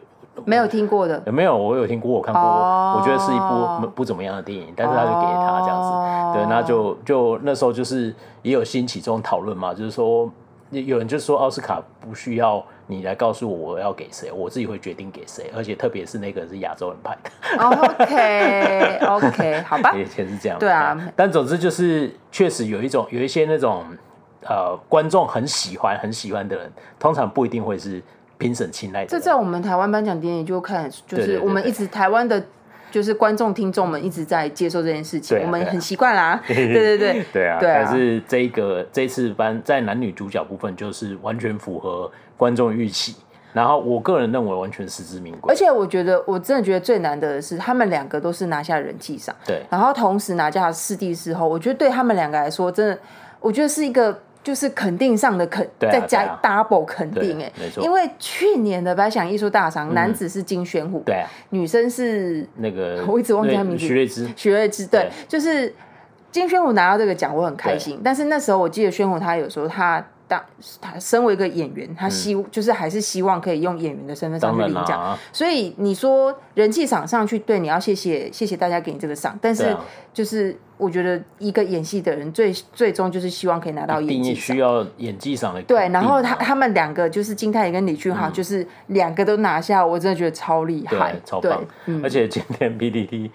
S1: 没有听过的，
S2: 没有，我有听过，我看过，
S1: 哦
S2: 我觉得是一部不怎么样的电影，但是他就给他这样子，
S1: 哦
S2: 对，那就就那时候就是也有兴起这种讨论嘛，就是说有人就说奥斯卡不需要你来告诉我我要给谁，我自己会决定给谁，而且特别是那个人是亚洲人拍的，
S1: 哦 OK OK，好 吧，
S2: 以前是这样，
S1: 对啊，
S2: 但总之就是确实有一种有一些那种呃观众很喜欢很喜欢的人，通常不一定会是评审青睐的
S1: 这
S2: 人，
S1: 在我们台湾颁奖典礼就看，就
S2: 对对
S1: 是
S2: 对
S1: 我们一直台湾的，就是观众听众们一直在接受这件事情，
S2: 对啊
S1: 我们
S2: 对啊
S1: 很习惯 啦。对对对，
S2: 对啊，
S1: 对啊
S2: 但是这一个这一次班在男女主角部分就是完全符合观众预期，然后我个人认为完全实至名归。
S1: 而且我觉得我真的觉得最难得的是，他们两个都是拿下人气赏，
S2: 对
S1: 然后同时拿下视帝视后，我觉得对他们两个来说，真的，我觉得是一个。就是肯定上的肯，
S2: 对啊
S1: 再加
S2: 对啊
S1: double 肯定
S2: 对
S1: 哎、
S2: 没错嗯
S1: 因为去年的百想艺术大赏，男子是金宣虎，
S2: 对啊，
S1: 女生是
S2: 那个
S1: 我一直忘记他名字
S2: 徐瑞之，
S1: 许睿之，对，
S2: 对
S1: 就是金宣虎拿到这个奖，我很开心。但是那时候我记得宣虎他有时候他当他身为一个演员，他希、就是还是希望可以用演员的身份上
S2: 嗯当
S1: 去
S2: 然
S1: 领
S2: 啦、
S1: 奖。所以你说人气场上去，对，你要谢谢谢谢大家给你这个赏，但
S2: 对
S1: 是
S2: 啊
S1: 就是我觉得一个演戏的人最最终就是希望可以拿到
S2: 一定
S1: 演技
S2: 也
S1: 赏。
S2: 需要演技上的肯定
S1: 对，
S2: 啊
S1: 然后他他们两个就是金泰妍跟李俊豪，就是两个都拿下，我真的觉得超厉害，
S2: 嗯对超
S1: 对嗯
S2: 棒，而且今天 PPT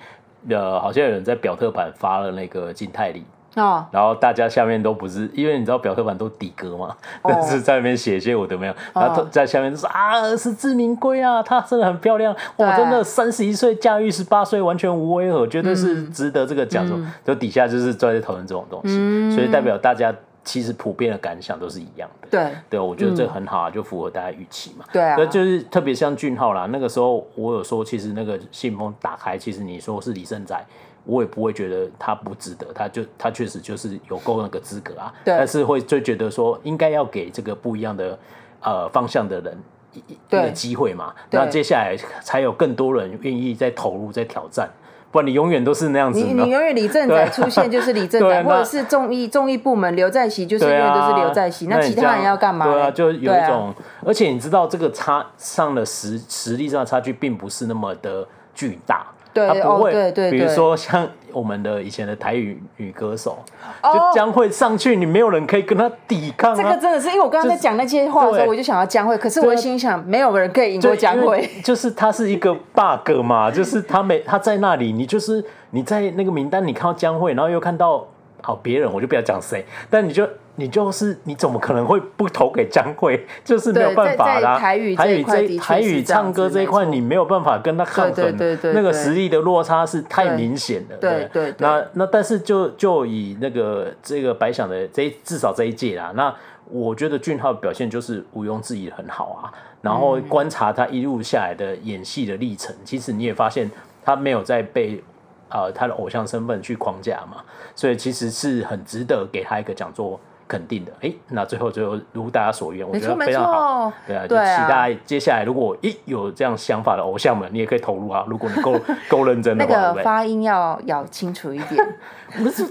S2: 呃好像有人在表特版发了那个金泰梨。
S1: 哦，
S2: 然后大家下面都不是，因为你知道表特版都底歌嘛，
S1: 哦
S2: 但是在那边写一些我的没有，然后都在下面就说啊，是志明龟啊，她真的很漂亮，哇，
S1: 对啊
S2: 真的三十一岁驾驭十八岁，完全无违和，绝对是
S1: 嗯
S2: 值得这个奖什么，就底下就是在讨论这种东西，
S1: 嗯
S2: 所以代表大家其实普遍的感想都是一样的。
S1: 对嗯
S2: 对，我觉得这很好啊，就符合大家预期嘛。
S1: 对啊
S2: 那就是特别像俊浩啦，那个时候我有说，其实那个信封打开，其实你说是李胜宰，我也不会觉得他不值得，他就他确实就是有够那个资格啊。
S1: 对
S2: 但是会就觉得说应该要给这个不一样的呃方向的人。一一一
S1: 对
S2: 个机会嘛，
S1: 对
S2: 那接下来才有更多人愿意再投入、再挑战，不然你永远都是那样子。
S1: 你
S2: 没有
S1: 你永远李正宰出现就是李正
S2: 啊对
S1: 宰，
S2: 啊
S1: 或者
S2: 那
S1: 是综艺综艺部门刘在熙就是永
S2: 对
S1: 远都
S2: 啊，
S1: 是刘在熙，那
S2: 你
S1: 其
S2: 这
S1: 他
S2: 样
S1: 人要干嘛嘞？
S2: 对啊，就有
S1: 对
S2: 一
S1: 啊
S2: 种，而且你知道这个差上的实实力上的差距并不是那么的巨大。
S1: 对
S2: 它不会，
S1: 哦对对
S2: 比如
S1: 对
S2: 说像我们的以前的台语女歌手，
S1: 哦
S2: 就将会上去，你没有人可以跟她抵抗啊。
S1: 这个真的是，因为我刚刚在
S2: 就是
S1: 讲那些话的时候，
S2: 对
S1: 我就想要江蕙，可是我
S2: 对啊
S1: 心想，没有人可以赢
S2: 就
S1: 过江
S2: 因为
S1: 蕙。
S2: 就是它是一个 bug 嘛，就是他没他在那里，你就是你在那个名单，你看到江蕙，然后又看到好别人，我就不要讲谁，但你就你就是你怎么可能会不投给江蕙？ 就是没有
S1: 对
S2: 办法
S1: 在
S2: 啦。
S1: 在台语
S2: 台
S1: 这一
S2: 语
S1: 块的确
S2: 台
S1: 是
S2: 语
S1: 这样
S2: 唱歌
S1: 子
S2: 这一
S1: 没
S2: 块，
S1: 错
S2: 你没有办法跟他抗衡，
S1: 对对对对
S2: 那个
S1: 对
S2: 实力的落差是太
S1: 对
S2: 明显了。
S1: 对对对
S2: 那那但是就就以那个这个白想的这一至少这一届啦，那我觉得俊浩表现就是毋庸置疑的很好啊。然后
S1: 嗯
S2: 观察他一路下来的演戏的历程，其实你也发现他没有在被呃他的偶像身份去框架嘛，所以其实是很值得给他一个讲座肯定的。诶，那最后最后如大家所愿，我
S1: 没
S2: 觉
S1: 错
S2: 得
S1: 没
S2: 非常好。
S1: 错，
S2: 对啊，就
S1: 对
S2: 期
S1: 啊。
S2: 待接下来如果一有这样想法的偶像们，你也可以投入啊。如果 你够够认真的
S1: 那
S2: 话，对
S1: 个
S2: 不对？
S1: 发音要咬清楚一点。
S2: 不是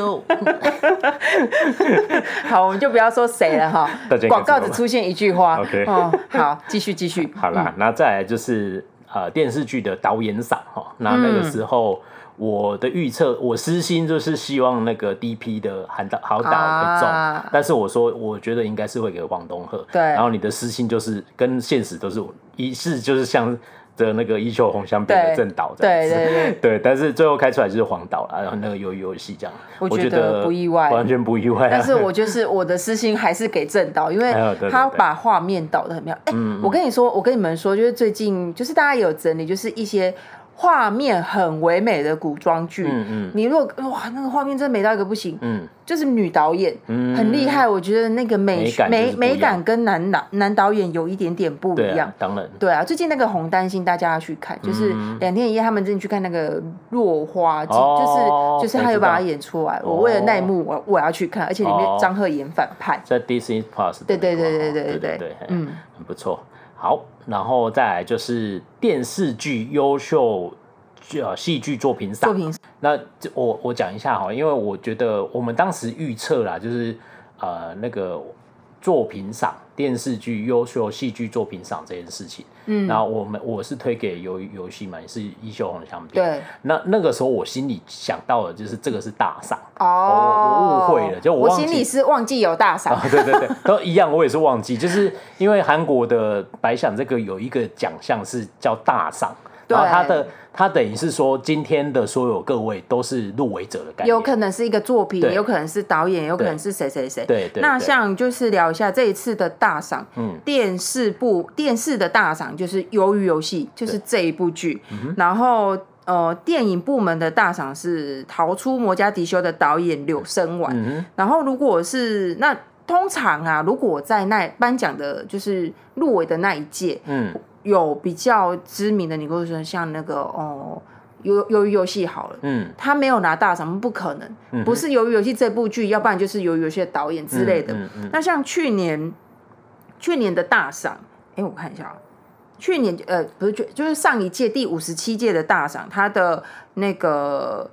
S2: 哦这个，
S1: 好，我们就不要说谁了哈
S2: 大家应该知道。吧
S1: 广告只出现一句话。
S2: OK
S1: 哦，好，继续继 续。
S2: 好啦，那再来就是呃电视剧的导演赏哈，那那个时候。我的预测，我私心就是希望那个第一批的韩导好导会中，
S1: 啊
S2: 但是我说我觉得应该是会给汪东赫。
S1: 对
S2: 然后你的私心就是跟现实都是一是就是像的那个一秀红相变的
S1: 对
S2: 正导这样
S1: 对
S2: 子。
S1: 对对，
S2: 对，但是最后开出来就是黄岛啦，然后那个鱿鱼游戏这样，
S1: 我
S2: 我
S1: 觉
S2: 觉
S1: 得不意外
S2: 完全不意外啊。
S1: 但是我就是我的私心还是给正导，因为
S2: 哎呦对对嗯
S1: 他
S2: 对
S1: 把画面导的很漂亮。哎、我跟你说，我跟你们说，就是最近就是大家有整理，就是一些画面很唯美的古装剧。
S2: 嗯嗯
S1: 你如果哇，那个画面真的美到一个不行，
S2: 嗯，
S1: 就是女导演、
S2: 嗯
S1: 很厉害，我觉得那个美
S2: 美感就是
S1: 美
S2: 不一样
S1: 美感跟男导男导演有一点点不
S2: 对
S1: 一
S2: 啊
S1: 样。，
S2: 当然，
S1: 对啊，最近那个红丹心大家要去看，就是
S2: 嗯
S1: 两天一夜，他们真的去看那个落花，就
S2: 哦
S1: 就是就是他有把它演出来。我为了那一
S2: 哦
S1: 幕，我我要去看，而且里
S2: 哦
S1: 面张赫演反派。
S2: 在 Disney Plus 的
S1: 对对对对对
S2: 那个哦
S1: 对
S2: 对
S1: 对
S2: 对，
S1: 嗯
S2: 嗯，很不错。好，然后再来就是电视剧优秀呃戏剧作品
S1: 作
S2: 赏。
S1: 品
S2: 那这我我讲一下哈，因为我觉得我们当时预测啦，就是呃那个作品赏电视剧优秀戏剧作品赏这件事情，嗯，然后我们我是推给游游戏嘛，也是一秀红的相比，
S1: 对
S2: 那那个时候我心里想到的就是这个是大赏，
S1: 哦，
S2: 我我误会了就我
S1: 我
S2: 忘记
S1: 心里是忘记有大赏
S2: 啊， 对对对，都一样，我也是忘记，就是因为韩国的百想这个有一个奖项是叫大赏，
S1: 对
S2: 然后它的它等于是说今天的所有各位都是入围者的概念，
S1: 有可能是一个作品，
S2: 对
S1: 有可能是导演，有可
S2: 对
S1: 能是谁谁谁。
S2: 对对
S1: 那
S2: 对
S1: 像就是聊一下这一次的大赏，
S2: 嗯
S1: 电视部电视的大赏就是《鱿鱼游戏》，就是这一部剧。
S2: 嗯
S1: 然后呃，电影部门的大赏是《逃出摩加迪修》的导演柳生丸。
S2: 嗯
S1: 然后如果是那通常啊，如果在那颁奖的就是入围的那一届，
S2: 嗯，
S1: 有比较知名的，你跟我说像那个哦，鱿鱿鱼游戏好了，
S2: 嗯，
S1: 他没有拿大赏，不可能，不是鱿鱼游戏这部剧，要不然就是鱿鱼游戏的导演之类的。
S2: 嗯嗯嗯
S1: 那像去年去年的大赏，哎，我看一下啊，去年呃不是就就是上一届第五十七届的大赏，他的那个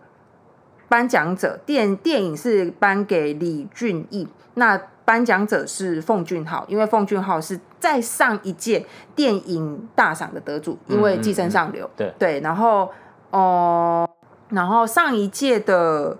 S1: 颁奖者电电影是颁给李俊毅，那颁奖者是奉俊昊，因为奉俊昊是在上一届电影大赏的得主，因为《寄生上流》
S2: 嗯嗯嗯
S1: 对，然后哦、然后上一届的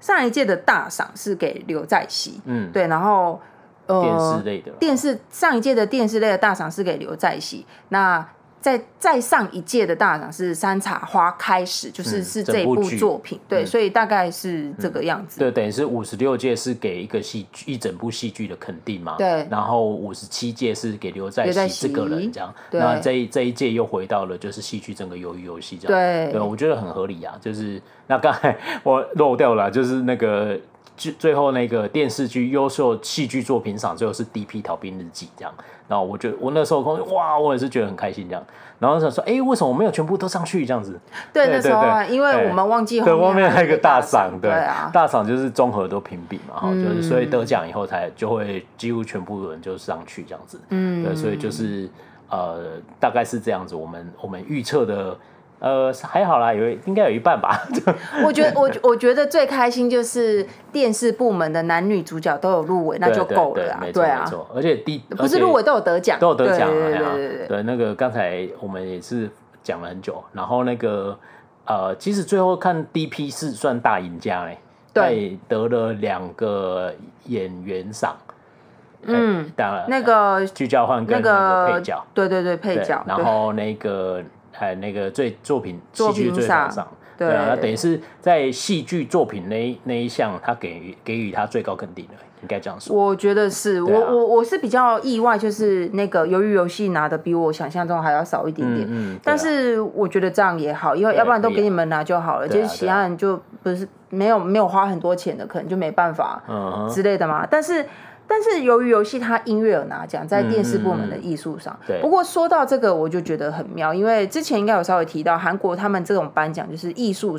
S1: 上一届的大赏是给刘在熙，
S2: 嗯
S1: 对，然后呃
S2: 电视类的啦，
S1: 电视上一届的电视类的大赏是给刘在熙，那在再上一届的大赏是《山茶花开始》，就是
S2: 嗯
S1: 是
S2: 整
S1: 这一
S2: 部
S1: 部
S2: 剧嗯
S1: 作品，对，所以大概是这个样子。
S2: 对，等于是五十六届是给一个戏剧一整部戏剧的肯定嘛，
S1: 对
S2: 然后五十七届是给刘在
S1: 刘在
S2: 熙这个
S1: 熙
S2: 人这样，
S1: 对
S2: 那这一这一届又回到了就是戏剧整个鱿鱼游戏这样，
S1: 对
S2: 对，我觉得很合理啊。就是那刚才我漏掉了啊，就是那个最最后那个电视剧优秀戏剧作品赏，最后是《D.P. 逃兵日记》这样。然后我觉得我那时候空哇，我也是觉得很开心这样。然后想说，哎，为什么我没有全部都上去这样子？
S1: 对，
S2: 对
S1: 那时候啊，
S2: 对对
S1: 因为我们忘记
S2: 对，
S1: 后
S2: 外面还有一个大赏
S1: 赏，，
S2: 对
S1: 啊，
S2: 大赏就是综合都评比嘛，哈，就是所以得奖以后才就会几乎全部人就上去这样子，嗯，对，所以就是呃，大概是这样子，我们我们预测的。呃，还好啦，有一应该有一半吧。
S1: 我觉得我我觉得最开心就是电视部门的男女主角都有入围，那就
S2: 对对
S1: 够
S2: 对
S1: 了啦
S2: 没，错
S1: 对
S2: 没
S1: 啊，
S2: 错。而且第
S1: 不是入围都有得奖，
S2: 都有得奖啊，
S1: 对
S2: 哎
S1: 对
S2: 呀
S1: 对对对，
S2: 对，那个刚才我们也是讲了很久，然后那个呃，其实最后看 DP 是算大赢家嘞，
S1: 对，
S2: 得了两个演员赏，嗯，当然
S1: 那个
S2: 聚焦换跟
S1: 那
S2: 那
S1: 个
S2: 配角，
S1: 对对对配
S2: 对
S1: 角，
S2: 然
S1: 对
S2: 后那个呃那个最作品
S1: 作
S2: 戏剧
S1: 品
S2: 最
S1: 赏
S2: 赏赏。
S1: 对
S2: 啊，那等于是在戏剧作品那一那一项，他给予给予他最高肯定的，应该这样说。
S1: 我觉得是、我
S2: 对啊
S1: 我我是比较意外，就是那个鱿鱼游戏拿的比我想象中还要少一点点。
S2: 嗯嗯对啊啊
S1: 但是我觉得这样也好，因为要不然都给你们拿就好了。
S2: 可以
S1: 就
S2: 啊
S1: 是其他人就不是没有没有花很多钱的，可能就没办法
S2: 嗯哼，
S1: 之类的嘛。但是但是由于游戏它音乐有拿奖，在电视部门的艺术上。
S2: 嗯对
S1: 不过说到这个，我就觉得很妙，因为之前应该有稍微提到韩国他们这种颁奖就是艺术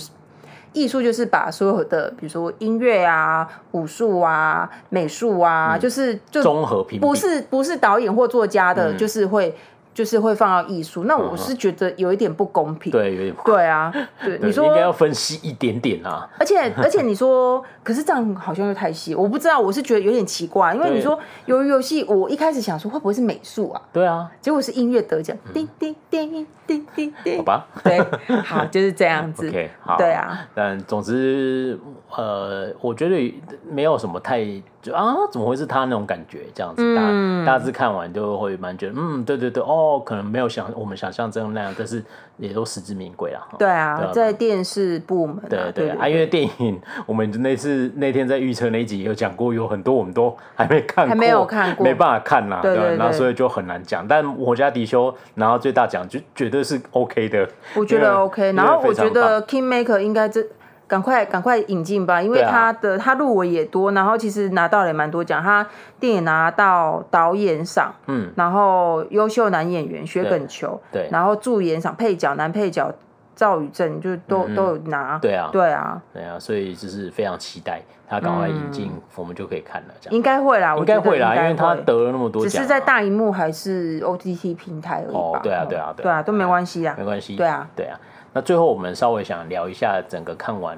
S1: 艺术就是把所有的，比如说音乐啊、武术啊、
S2: 嗯
S1: 美术啊，就是就
S2: 综合评比嗯
S1: 不是不是导演或作家的，就是会就是会放到艺术。那我是觉得有一点不公平。
S2: 对，有点
S1: 对啊，对
S2: 对
S1: 你说
S2: 应该要分析一点点啊。
S1: 而且 而且你说，可是这样好像又太细，我不知道，我是觉得有点奇怪，因为
S2: 对
S1: 你说鱿鱼游戏，我一开始想说会不会是美术啊，
S2: 对啊，
S1: 结果是音乐得奖，叮叮叮叮叮
S2: 嗯好
S1: 叮，
S2: 吧。
S1: 对，好就是这样子
S2: OK，好。
S1: 对啊。
S2: 但总之，呃，我觉得没有什么太就啊，怎么会是他那种感觉这样子？
S1: 嗯
S2: 大大致看完就会蛮觉得，嗯，对对对，哦，可能没有想我们想象中那样，但是也都实至名归啦。
S1: 对啊
S2: 对，啊
S1: 在电视部门、啊，
S2: 对
S1: 对
S2: 对啊，因为电影，我们那次那天在预测那一集有讲过，有很多我们都还没看过，
S1: 还没有看过
S2: 没办法看啦，
S1: 对
S2: 吧
S1: 对对
S2: 那所以就很难讲。但《我家迪修》拿到最大奖，就绝对是 OK 的，
S1: 我觉
S2: 因为
S1: 得 OK。
S2: 因为
S1: 然后我
S2: 非常
S1: 觉得 Kingmaker 应该这赶快赶快引进吧，因为
S2: 对啊
S1: 他的、他入围也多，然后其实拿到了也蛮多奖，他电影拿到导演赏，
S2: 嗯，
S1: 然后优秀男演员薛耿球，
S2: 对
S1: 然后助演赏配角男配角赵宇正就都、都有拿，
S2: 嗯对啊
S1: 对啊，
S2: 对啊，所以就是非常期待他赶快引进，我们就可以看了，这样
S1: 应该会嗯啦，我
S2: 应
S1: 觉
S2: 该
S1: 得
S2: 会啦，
S1: 应
S2: 因为他
S1: 会
S2: 得了那么多
S1: 只
S2: 奖啊，
S1: 是在大荧幕还是 OTT 平台而已吧，
S2: 哦对啊对啊
S1: 嗯
S2: 对啊
S1: 对啊，都没关系啊
S2: 没，关系，
S1: 对啊，
S2: 对啊。那最后我们稍微想聊一下整个看完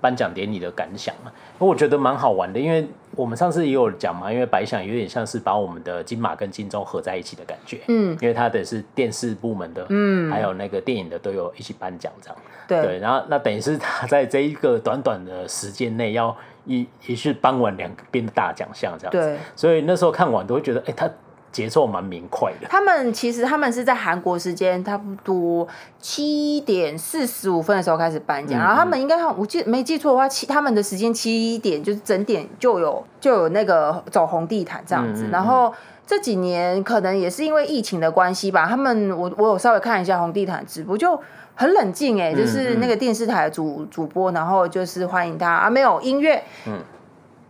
S2: 颁奖典礼的感想嘛，因为我觉得蛮好玩的，因为我们上次也有讲嘛，因为白想有点像是把我们的金马跟金钟合在一起的感觉，
S1: 嗯
S2: 因为它的是电视部门的，嗯，还有那个电影的都有一起颁奖这样。对，
S1: 对
S2: 然后那等于是他在这一个短短的时间内要一一去颁完两边的大奖项这样子，
S1: 对。
S2: 所以那时候看完都会觉得，哎、他节奏蛮明快的，
S1: 他们其实他们是在韩国时间差不多七点四十五分的时候开始颁
S2: 嗯
S1: 奖，然后他们应该我记没记错的话，七他们的时间七点就是整点就有就有那个走红地毯这样子，
S2: 嗯嗯嗯
S1: 然后。这几年可能也是因为疫情的关系吧，他们我我有稍微看一下红地毯直播，就很冷静
S2: 嗯
S1: 哎、就是那个电视台的主主播，然后就是欢迎他啊，没有音乐，
S2: 嗯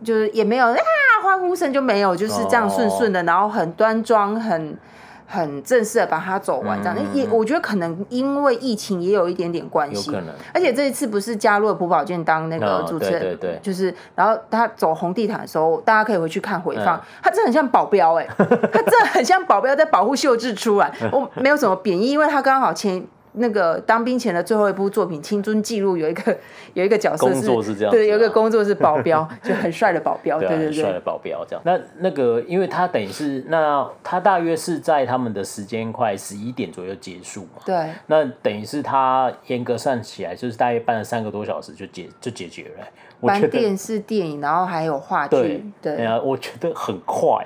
S1: 就是也没有啊欢呼声就没有，就是这
S2: 哦
S1: 样顺顺的，然后很端庄，很很正式的把它走完这样。也我觉得可能因为疫情也有一点点关
S2: 嗯有
S1: 系
S2: 可，能。
S1: 而且这一次不是加入了朴宝剑当那个
S2: 嗯
S1: 主持人，
S2: 对对对
S1: 就是然后他走红地毯的时候，大家可以回去看回
S2: 嗯
S1: 放，他真的很像保镖 哎、他真的很像保镖在保护秀智出来，我没有什么贬义，因为他刚好前。那个当兵前的最后一部作品《青春记录》有一个 有一个角色
S2: 工作是这样子
S1: 对，有一个
S2: 啊
S1: 工作是保 镖，就很帅的保镖，对
S2: 对啊，
S1: 对
S2: 很帅
S1: 对
S2: 的，保镖这样。那那个，因为他等于是，那他大约是在他们的时间快十一点左右结束嘛。
S1: 对
S2: 那等于是他严格算起来，就是大约办了三个多小时就解就解决了、我觉
S1: 搬
S2: 得
S1: 电视、电影，然后还有话
S2: 对
S1: 剧，
S2: 哎
S1: 对，
S2: 呀，我觉得很快，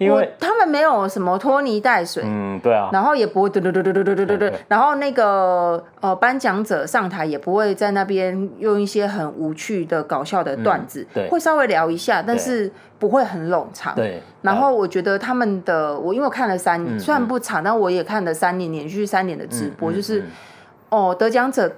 S2: 因
S1: 我
S2: 为
S1: 他们没有什么拖泥带水，
S2: 嗯，对啊，
S1: 然后也不会嘟嘟嘟嘟嘟嘟嘟嘟嘟
S2: 对对，
S1: 然后那个呃颁奖者上台也不会在那边用一些很无趣的搞笑的段子，
S2: 嗯对
S1: 会稍微聊一下，但
S2: 对
S1: 是不会很冗长。
S2: 对，
S1: 然后我觉得他们的，我因为我看了三，虽然不长，但我也看了三年连续三年的直播，
S2: 嗯
S1: 就是
S2: 嗯
S1: 哦，得奖者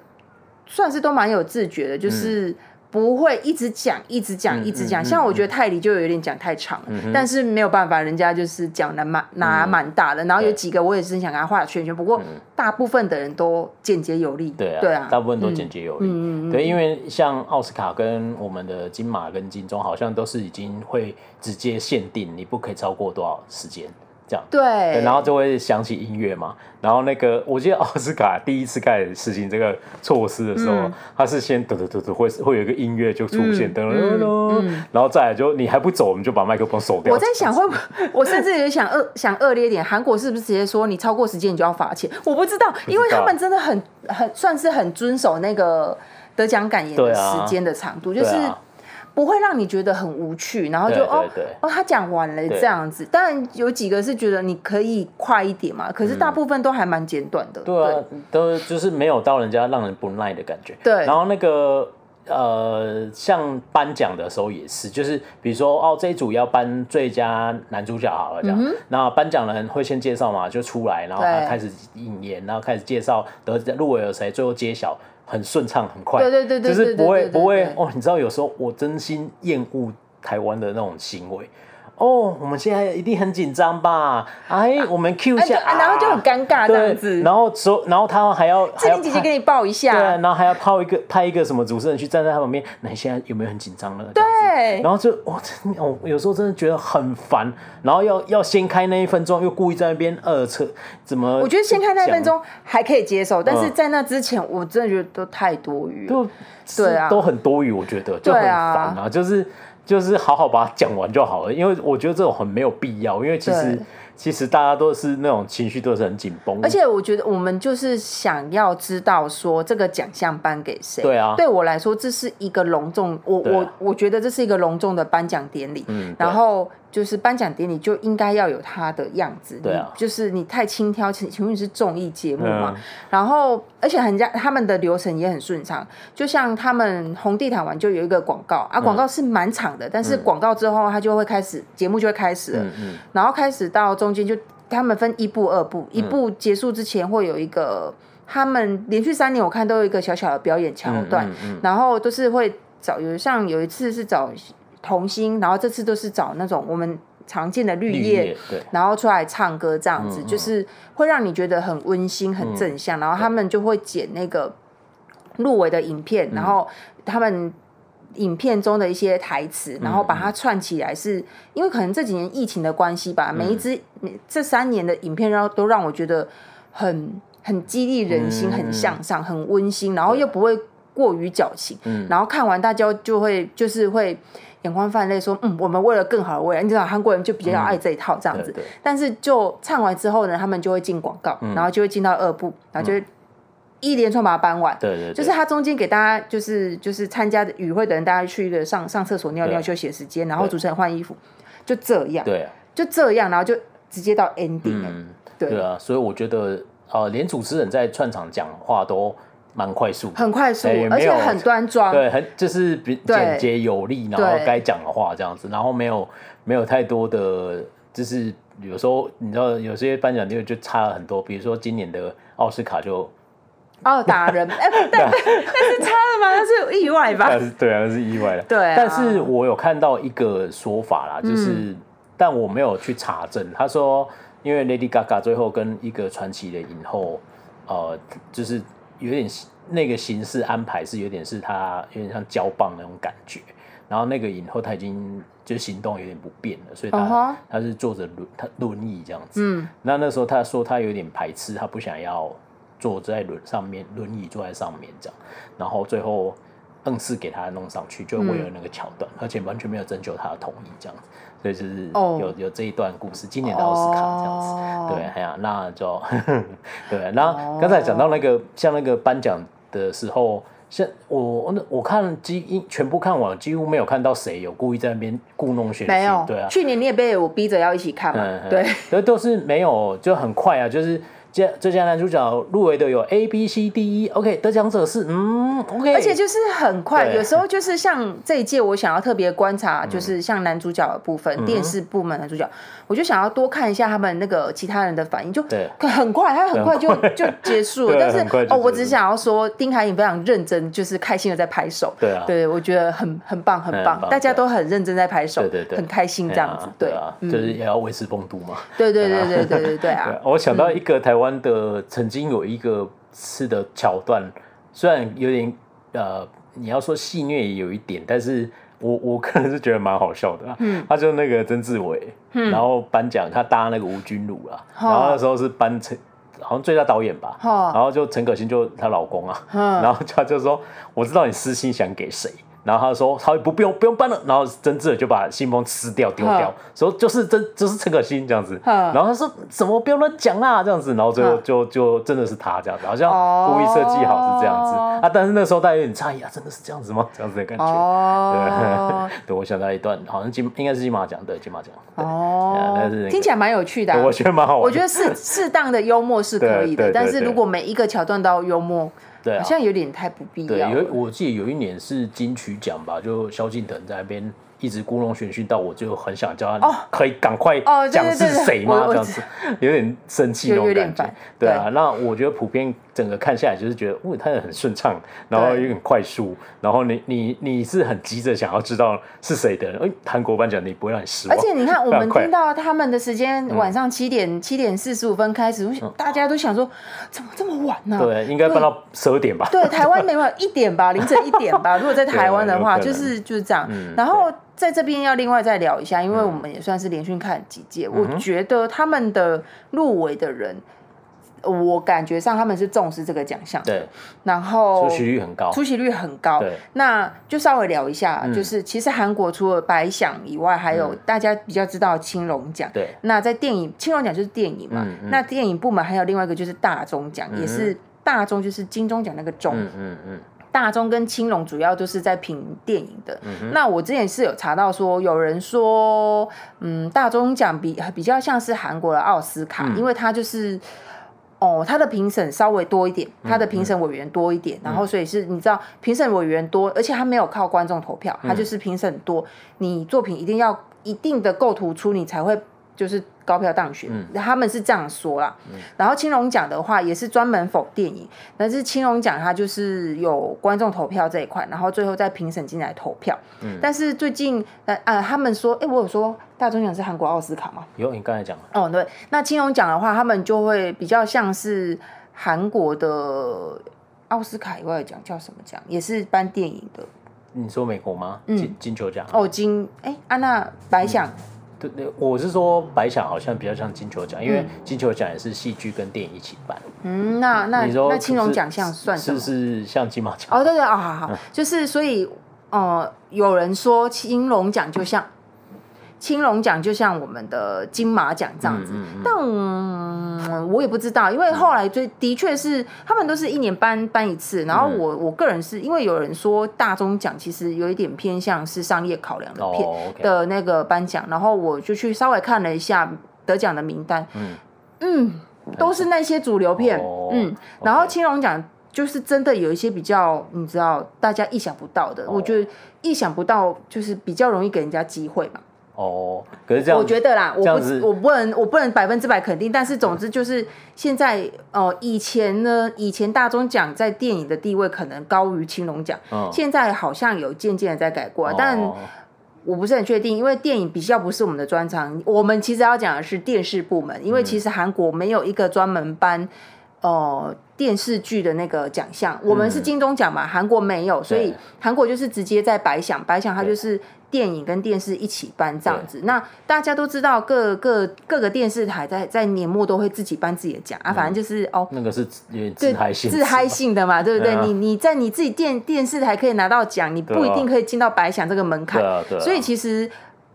S1: 算是都蛮有自觉的，就是不会一直讲、一直讲、
S2: 嗯
S1: 一直讲。
S2: 嗯
S1: 像我觉得泰迪就有点讲太长了，但是没有办法，人家就是讲的蛮拿蛮大的。然后有
S2: 嗯对嗯
S1: 几个我也是想给他画圈圈，不过大部分的人都简洁有力。
S2: 对啊，
S1: 对啊，嗯
S2: 大部分都简洁有力。对，因为像奥斯卡跟我们的金马跟金钟，好像都是已经会直接限定你不可以超过多少时间这样。对
S1: 对，
S2: 然后就会想起音乐嘛，然后那个我记得奥斯卡第一次开始实行这个措施的时候，
S1: 嗯
S2: 他是先噔噔噔噔会会有一个音乐就出现，噔噔噔噔，然后再来就你还不走，我们就把麦克风收
S1: 嗯
S2: 掉。
S1: 我在想会不，我甚至也想恶想恶劣一点，韩国是不是直接说你超过时间你就要罚钱？我不知道，因为他们真的很很算是很遵守那个得奖感言
S2: 对
S1: 的
S2: 啊
S1: 时间的长度，就
S2: 对
S1: 是
S2: 啊，
S1: 不会让你觉得很无趣，然后就
S2: 对
S1: 哦
S2: 对对
S1: 哦他讲完了
S2: 对
S1: 这样子。当然有几个是觉得你可以快一点嘛，可是大部分都还蛮简短的。
S2: 嗯对啊，都就是没有到人家让人不耐的感觉。
S1: 对
S2: 然后那个呃，像颁奖的时候也是，就是比如说哦，这一组要颁最佳男主角好了，这样，那颁奖人会先介绍嘛，就出来，然后他
S1: 嗯对
S2: 开始引言，然后开始介绍得入围有谁，最后揭晓，很顺畅，很快。
S1: 对对对对
S2: 就是不会
S1: 对对对对
S2: 不会
S1: 对
S2: 哦，你知道有时候我真心厌恶台湾的那种行为。哦，我们现在一定很紧张吧？哎，我们 Q 一
S1: 哎，就
S2: 下，
S1: 啊然后就很尴尬这样
S2: 对，
S1: 子。
S2: 然后所然后他还要还
S1: 志
S2: 要
S1: 玲姐姐
S2: 拍
S1: 给你抱一
S2: 对啊，
S1: 下，
S2: 然后还要抛一个派一个什么主持人去站在他旁边，那你现在有没有很紧张了？对
S1: 对
S2: 然后就我真我有时候真的觉得很烦，然后要要先开那一分钟，又故意在那边呃扯怎么？
S1: 我觉得先看那一分，钟还可以接受，但是
S2: 嗯
S1: 在那之前，我真的觉得都太多余了。
S2: 就
S1: 对啊
S2: 是都很多余，我觉得就
S1: 对
S2: 很
S1: 啊
S2: 烦啊，就是就是好好把它讲完就好了，因为我觉得这种很没有必要，因为其实
S1: 对
S2: 其实大家都是那种情绪都是很紧绷，
S1: 而且我觉得我们就是想要知道说这个奖项颁给谁。
S2: 对啊
S1: 对我来说这是一个隆重，我、
S2: 对啊
S1: 我我觉得这是一个隆重的颁奖典礼。
S2: 嗯对
S1: 然后就是颁奖典礼就应该要有它的样子。
S2: 对啊
S1: 你就是你太轻佻，请请问你是综艺节目吗？
S2: 嗯
S1: 然后而且人家他们的流程也很顺畅，就像他们红地毯完就有一个广告
S2: 嗯
S1: 啊，广告是蛮长的，但是广告之后它就会开始节目就会开始了。
S2: 嗯嗯
S1: 然后开始到中间就他们分一部、二部，一部结束之前会有一个，他们连续三年我看都有一个小小的表演桥段，
S2: 嗯嗯
S1: 然后都是会找有像有一次是找童星，然后这次都是找那种我们常见的绿
S2: 绿
S1: 叶。
S2: 叶对。嗯
S1: 然后出来唱歌这样子，就是会让你觉得很温馨、很正向。然后他们就会剪那个入围的影片，
S2: 嗯
S1: 然后他们影片中的一些台
S2: 嗯
S1: 词，然后把它串起来是。因为可能这几年疫情的关系吧，
S2: 嗯
S1: 每一支每这三年的影片让都让我觉得很很激励人心、
S2: 嗯嗯
S1: 很向上、很温馨，然后又不会过于矫情。然后看完大家就会就是会眼眶泛泪，说嗯，我们为了更好的未来，你知道韩国人就比较
S2: 嗯
S1: 爱这一套这样子。
S2: 对对
S1: 但是就唱完之后呢，他们就会进广告，
S2: 嗯
S1: 然后就会进到二部，然后就会一连串把它搬完。
S2: 对对对，
S1: 就是他中间给大家，就是就是参加的与会的人，大家去一个上上厕所、尿尿、
S2: 对
S1: 休息的时间，然后
S2: 对
S1: 主持人换衣服，就这样，
S2: 对啊，
S1: 就这样，然后就直接到 ending 了。
S2: 嗯，
S1: 对
S2: 对啊，所以我觉得呃，连主持人在串场讲话都蛮快速的，
S1: 很快速
S2: 哎也，
S1: 而
S2: 没
S1: 且
S2: 有
S1: 很端庄。
S2: 对，很就是比
S1: 对
S2: 简洁有力，然后
S1: 对
S2: 该讲的话这样子，然后没有没有太多的，就是有时候你知道有些颁奖典礼就差了很多，比如说今年的奥斯卡就，
S1: 哦，打 人，哎，但但但是差了吗？那是意外吧？
S2: 是对啊，那是意外了。
S1: 对啊嗯
S2: 但是我有看到一个说法啦，就是、但我没有去查证，他说因为 Lady Gaga 最后跟一个传奇的影后，呃，就是有点那个形式安排是有点是他有点像交棒那种感觉。然后那个影后她已经就行动有点不便了，所以她、
S1: 嗯哼
S2: 她是坐着轮她轮椅这样子。
S1: 嗯，
S2: 那那时候他说他有点排斥，他不想要坐在轮上面，轮椅坐在上面这样，然后最后硬是给他弄上去，就为了那个桥段，而且完全没有征求他的同意这样子，所以就是有、
S1: 嗯哦
S2: 有这一段故事，今年的奥斯卡这样子。
S1: 哦
S2: 对，哎呀、那就 对。那刚才讲到那个，像那个颁奖的时候，像我那我看几全部看完，几乎没有看到谁有故意在那边故弄玄虚，
S1: 没有
S2: 对啊，，嗯
S1: 去年你也被我逼着要一起看嘛，对，，
S2: 都都是没有，就很快啊，就是最最佳男主角入围的有 A B C D E，OK，、得奖者是嗯 OK，
S1: 而且就是很快，
S2: 对嗯
S1: 有时候就是像这一届，我想要特别观察，就是像男主角的部分，电视部门男主角，我就想要多看一下他们那个其他人的反应，就
S2: 对
S1: 可很快，他很快就就结束 了。
S2: 对
S1: 但是
S2: 很快就
S1: 哦，
S2: 结束
S1: 我只想要说，丁海颖非常认真，就是开心的在拍手。
S2: 对啊
S1: 对我觉得很很棒，很棒
S2: 很，棒
S1: 大家都很认真在拍手，
S2: 对对对，
S1: 很开心这样子。
S2: 对
S1: 对嗯
S2: 啊，对啊就是也要维持风度嘛。
S1: 对对对对对对对
S2: 对
S1: 啊！，
S2: 我想到一个台湾的曾经有一个吃的桥段，虽然有点呃，你要说戏虐也有一点，但是我我个
S1: 嗯
S2: 人是觉得蛮好笑的啦。嗯，他就那个曾志伟，然后颁奖他搭那个吴君如啊，
S1: 哦
S2: 然后那时候是颁陈。好像最佳导演吧，
S1: 哦
S2: 然后就陈可辛就她老公啊，
S1: 嗯
S2: 然后他就说我知道你私心想给谁，然后他就说好不不用不用搬了，然后曾志伟就把信封撕掉丢掉
S1: 嗯，
S2: 说就是真就是陈可辛这样子，
S1: 嗯
S2: 然后他说怎么不用乱讲啦这样子，然后最后
S1: 嗯
S2: 就就真的是他这样子，好像故意设计好是这样子、
S1: 哦
S2: 啊，但是那时候大家有点诧异啊，真的是这样子吗？这样子的感觉。
S1: 哦
S2: 对，对，我想到一段，好像金应该是金马奖，对金马奖， 对啊
S1: 哦
S2: 但是那，个
S1: 听起来蛮有趣的啊。
S2: 我觉得蛮好玩的。
S1: 我觉得适 适当的幽默是可以
S2: 对对
S1: 的，
S2: 对
S1: 但是
S2: 对
S1: 如果每一个桥段都要幽默，
S2: 对啊
S1: 好像有点太不必
S2: 对，
S1: 要
S2: 有
S1: 了。
S2: 我记得有一年是金曲奖吧，就萧敬腾在那边一直故弄玄虚，到我就很想叫他，可以赶快
S1: 哦对对
S2: 讲是
S1: 对对
S2: 谁
S1: 我
S2: 吗？
S1: 我
S2: 这样子有点生气那
S1: 有
S2: 种
S1: 有点
S2: 感觉
S1: 烦。
S2: 对啊，那我觉得普遍整个看下来就是觉得，哦，它也很顺畅，然后
S1: 对
S2: 又很快速，然后你你你是很急着想要知道是谁的人，哎，韩国颁奖你不会让你失望，
S1: 而且你看，我
S2: 非常
S1: 们
S2: 快
S1: 听到他们的时间晚
S2: 嗯
S1: 上七点七点四十五分开始，大家都想说怎么这么晚呢、
S2: 对，应该办到十二点
S1: 哦
S2: 吧，
S1: 对，台湾没有一点 吧，凌晨一点吧。如果在台湾的话，
S2: 对有
S1: 就
S2: 可能嗯
S1: 是就是这样。然后在这边要另外再聊一下，因为我们也算是连续看几届，
S2: 嗯
S1: 我觉得他们的入围的人，我感觉上他们是重视这个奖项，
S2: 对，
S1: 然后
S2: 出席率很高，
S1: 出席率很高
S2: 对。嗯
S1: 那就稍微聊一下，就是其实韩国除了百想以外，还有大家比较知道青龙奖。
S2: 对，嗯
S1: 那在电影青龙奖就是电影嘛，那电影部门还有另外一个就是大钟奖，也是大钟就是金钟奖那个钟。
S2: 嗯嗯嗯，
S1: 大钟跟青龙主要都是在评电影的。那我之前是有查到说，有人说，嗯，大钟奖比比较像是韩国的奥斯卡，因为它就是。哦，它的评审稍微多一点，它的评审委员多一点，然后所以是你知道评审委员多，而且它没有靠观众投票，它就是评审多，你作品一定要一定的够突出，你才会就是高票当选。他们是这样说啦。然后青龙奖的话也是专门否电影，但是青龙奖它就是有观众投票这一块，然后最后再评审进来投票。但是最近呃呃，他们说，哎，我有说大钟奖是韩国奥斯卡吗？
S2: 有你刚才讲了，
S1: 哦，对，那青龙奖的话，他们就会比较像是韩国的奥斯卡以外的奖叫什么奖，也是颁电影的。
S2: 你说美国吗？
S1: 嗯
S2: 金金球奖，啊
S1: 哦，金哎安娜白想、
S2: 对对，我是说白想好像比较像金球奖，因为金球奖也是戏剧跟电影一起办。
S1: 嗯，那那
S2: 你说
S1: 那青龙
S2: 是
S1: 奖项算什
S2: 是
S1: 么？
S2: 是像金马奖？
S1: 哦，对对哦，好好，
S2: 嗯
S1: 好就是所以，呃，有人说青龙奖就像青龙奖就像我们的金马奖这样子，
S2: 嗯
S1: 但、嗯我也不知道，因为后来最的确是他们都是一年颁颁一次，然后
S2: 嗯
S1: 我、我个人是因为有人说大钟奖其实有一点偏向是商业考量的片、
S2: 哦，OK
S1: 的那个颁奖，然后我就去稍微看了一下得奖的名单，嗯都是那些主流片，
S2: 哦
S1: 嗯，然后青龙奖就是真的有一些比较，你知道大家意想不到
S2: 哦
S1: 的，我觉得意想不到就是比较容易给人家机会嘛。
S2: 哦，可是这样
S1: 我觉得啦，我
S2: 这样
S1: 不
S2: 子
S1: 我不能我不能百分之百肯定，但是总之就是现在呃，以前呢，以前大钟奖在电影的地位可能高于青龙奖，
S2: 嗯
S1: 现在好像有渐渐的在改过来，
S2: 哦
S1: 但我不是很确定，因为电影比较不是我们的专长。我们其实要讲的是电视部门，
S2: 嗯
S1: 因为其实韩国没有一个专门颁呃电视剧的那个奖项，
S2: 嗯
S1: 我们是金钟奖嘛，韩国没有，所以韩国就是直接在白想，白想它就是电影跟电视一起颁这样子。那大家都知道各各各个电视台在在年末都会自己颁自己的奖啊，反正就是、哦。
S2: 那个是有点嗯自嗨性质，
S1: 自嗨性的嘛，对不对？
S2: 对啊
S1: 你你在你自己电电视台可以拿到奖，你不
S2: 对
S1: 一
S2: 啊
S1: 定可以进到白想这个门槛
S2: 对。啊对啊，
S1: 所以其实，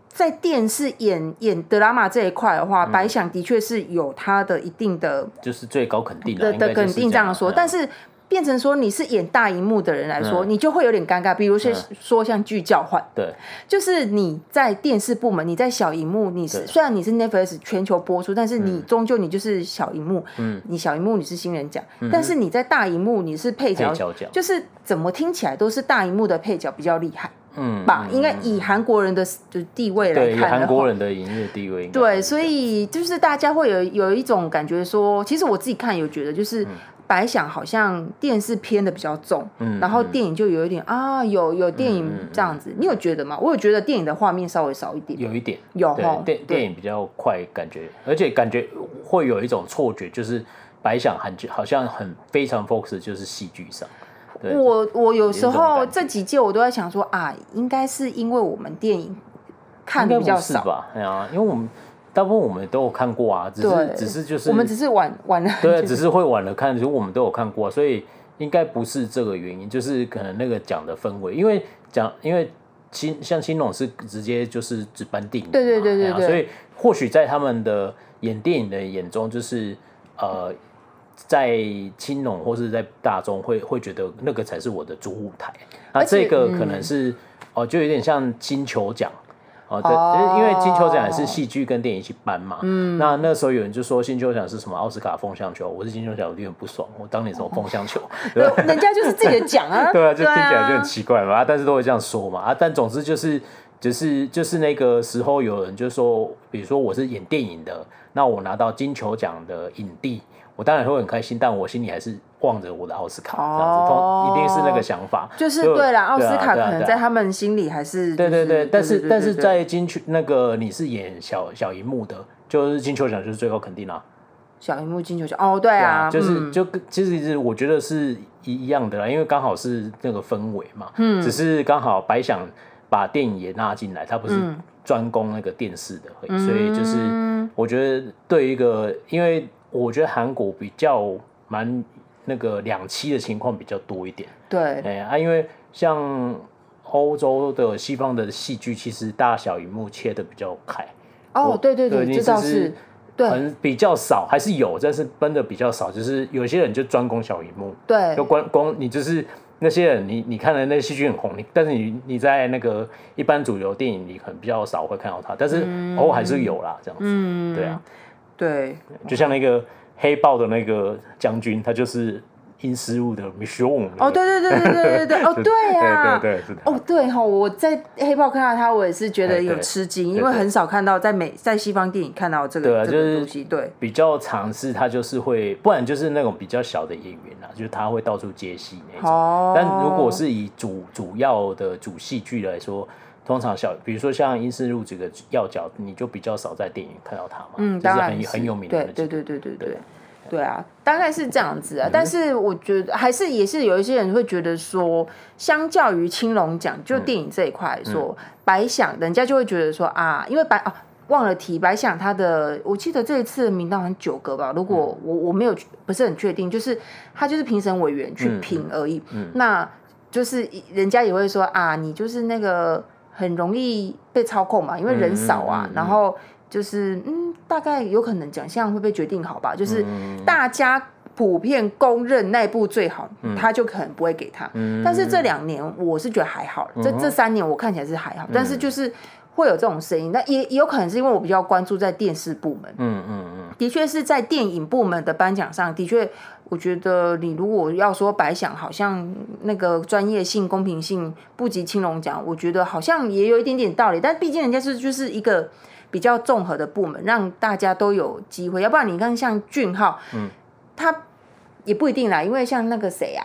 S1: 在电视演演德拉玛这一块的话，
S2: 嗯
S1: 白想的确是有它的一定的
S2: 就是最高肯定啦啊
S1: 的
S2: 应该
S1: 的
S2: 就是
S1: 肯定这样说，
S2: 嗯
S1: 但是。变成说你是演大荧幕的人来说，你就会有点尴尬。比如说
S2: 嗯
S1: 说像剧交换，
S2: 对
S1: 就是你在电视部门，你在小荧幕，你是
S2: 对嗯
S1: 虽然你是 Netflix 全球播出，但是你终究你就是小荧幕，你小荧幕你是新人奖，但是你在大荧幕你是配角，
S2: 嗯配角奖
S1: 就是怎么听起来都是大荧幕的配角比较厉害，
S2: 嗯
S1: 吧？应该以韩国人的就是地位来
S2: 对，以
S1: 看的话，
S2: 韩国人的营业地位应该
S1: 对，所以就是大家会有有一种感觉说，其实我自己看有觉得就是。
S2: 嗯
S1: 白想好像电视偏的比较重，
S2: 嗯
S1: 然后电影就有一点啊，有有电影这样子，你有觉得吗？我有觉得电影的画面稍微少一点，
S2: 有一点
S1: 有吼
S2: 对电
S1: 哦对
S2: 电影比较快，感觉而且感觉会有一种错觉，就是白想韩剧好像很非常 focus 就是戏剧上，对
S1: 我我有时
S2: 有一种
S1: 候
S2: 感觉
S1: 这几届我都在想说啊，应该是因为我们电影看
S2: 应
S1: 的
S2: 该
S1: 比较
S2: 不是
S1: 少，
S2: 吧？哎呀、因为我们大部分我们都有看过啊，只
S1: 对
S2: 是只是就是
S1: 我们只是晚晚了，
S2: 对啊，只是会晚了看，就是我们都有看过啊、所以应该不是这个原因，就是可能那个奖的氛围，因为奖因为新像新总是直接就是只颁电影嘛，
S1: 对对对对
S2: 哎呀
S1: 对
S2: 所以或许在他们的演电影的眼中，就是呃。在青龙或是在大众会会觉得那个才是我的主舞台，那
S1: 而且嗯
S2: 这个可能是哦、就有点像金球奖哦，对，
S1: 哦
S2: 因为金球奖也是戏剧跟电影一起颁嘛。嗯，那那时候有人就说金球奖是什么奥斯卡风向球，我是金球奖，我就很不爽，我当年什么风向 球？对吧
S1: 人家就是自己的奖啊，
S2: 对啊，就听起来就
S1: 啊
S2: 很奇怪嘛。啊但是都会这样说嘛。啊，但总之就是，就是就是那个时候有人就说，比如说我是演电影的，那我拿到金球奖的影帝，我当然会很开心，但我心里还是望着我的奥斯卡，
S1: 哦
S2: 这样子，通一定是那个想法。
S1: 就是
S2: 就
S1: 对啦，奥斯
S2: 对啊
S1: 卡
S2: 对啊
S1: 可能
S2: 对啊
S1: 在他们心里还是
S2: 对对对，但是但是
S1: 在。
S2: 在金球那个你是演小小荧幕的，就是金球奖就是最后肯定啦、
S1: 小荧幕金球奖哦，对啊，
S2: 就是、
S1: 嗯
S2: 就跟其实是我觉得是一一样的啦，因为刚好是那个氛围嘛，嗯，只是刚好白想把电影也纳进来，他不是
S1: 嗯
S2: 专攻那个电视的，所以就是我觉得对于一个，因为我觉得韩国比较蛮那个两栖的情况比较多一点，
S1: 对，
S2: 哎啊，因为像欧洲的西方的戏剧，其实大小荧幕切的比较开，
S1: 哦，对对对，
S2: 你
S1: 这
S2: 只
S1: 倒是，对
S2: 很比较少，还是有，但是分的比较少。就是有些人就专攻小荧幕，
S1: 对
S2: 就光光你就是那些人，你你看的那个戏剧很红，你但是你你在那个一般主流电影，你可能比较少会看到他，但是偶尔还是有啦，这样子。
S1: 嗯，
S2: 对啊，
S1: 对，
S2: 就像那个黑豹的那个将军，他就是因失误的 mission。
S1: 哦，对对对对对对对， 哦，对啊，
S2: 对对对是的
S1: 哦，对哈，我在黑豹看到他，我也是觉得
S2: 哎
S1: 有
S2: 对
S1: 吃惊，
S2: 对
S1: 因为
S2: 对
S1: 很少看到在美在西方电影看到这
S2: 对
S1: 个
S2: 啊
S1: 这
S2: 就
S1: 个
S2: 是
S1: 东西，对，
S2: 比较尝试，他就是会，不然就是那种比较小的演员啦，就是他会到处接戏那种。
S1: 哦，
S2: 但如果是以主主要的主戏剧来说，通常小，比如说像《英式路》这个要角，你就比较少在电影看到他嘛，
S1: 嗯，
S2: 就是
S1: 当然
S2: 很
S1: 是
S2: 很有名的
S1: 对
S2: 那
S1: 对
S2: 几个
S1: 对对对对
S2: 对嗯
S1: 对啊，大概是这样子啊。但是我觉得还是也是有一些人会觉得说，相较于青龙奖，
S2: 嗯
S1: 就电影这一块来说，白想人家就会觉得说啊，因为白啊。忘了提白想他的，我记得这一次的名单好像九个吧，如果
S2: 嗯
S1: 我我没有不是很确定，就是他就是评审委员
S2: 嗯
S1: 去评而已，那就是人家也会说啊，你就是那个很容易被操控嘛，因为人少啊，
S2: 嗯嗯嗯
S1: 然后就是嗯，大概有可能奖项会被决定好吧，就是
S2: 嗯
S1: 大家普遍公认那一部最好，
S2: 嗯
S1: 他就可能不会给他。但是这两年我是觉得还好，
S2: 嗯
S1: 这这三年我看起来是还好，但是就是会有这种声音，那也也有可能是因为我比较关注在电视部门，
S2: 嗯嗯嗯，
S1: 的确是在电影部门的颁奖上，的确，我觉得你如果要说白想，好像那个专业性、公平性不及青龙奖，我觉得好像也有一点点道理。但毕竟人家是就是一个比较综合的部门，让大家都有机会。要不然你看像俊浩，嗯，他也不一定啦，因为像那个谁啊，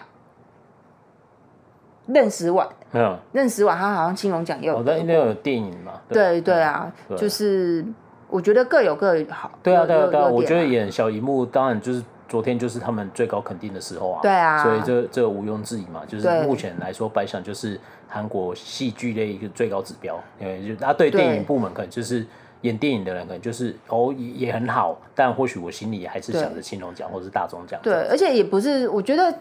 S1: 任时晚，
S2: 没有，
S1: 任时晚他好像青龙奖也有
S2: 嗯哦，但因为有电影嘛，
S1: 对对啊，
S2: 对
S1: 就是我觉得各有各好。
S2: 对啊
S1: 有
S2: 对啊对啊，
S1: 有有
S2: 我
S1: 点
S2: 觉得
S1: 啦
S2: 演小荧幕当然就是。昨天就是他们最高肯定的时候啊，
S1: 对啊
S2: 所以这这毋庸置疑嘛，就是
S1: 对
S2: 目前来说，白想就是韩国戏剧类一个最高指标，因为就他啊对
S1: 对
S2: 电影部门可能就是演电影的人，可能就是哦也也很好，但或许我心里还是
S1: 对
S2: 想着青龙奖或是大钟奖这
S1: 对
S2: 样，
S1: 而且也不是，我觉得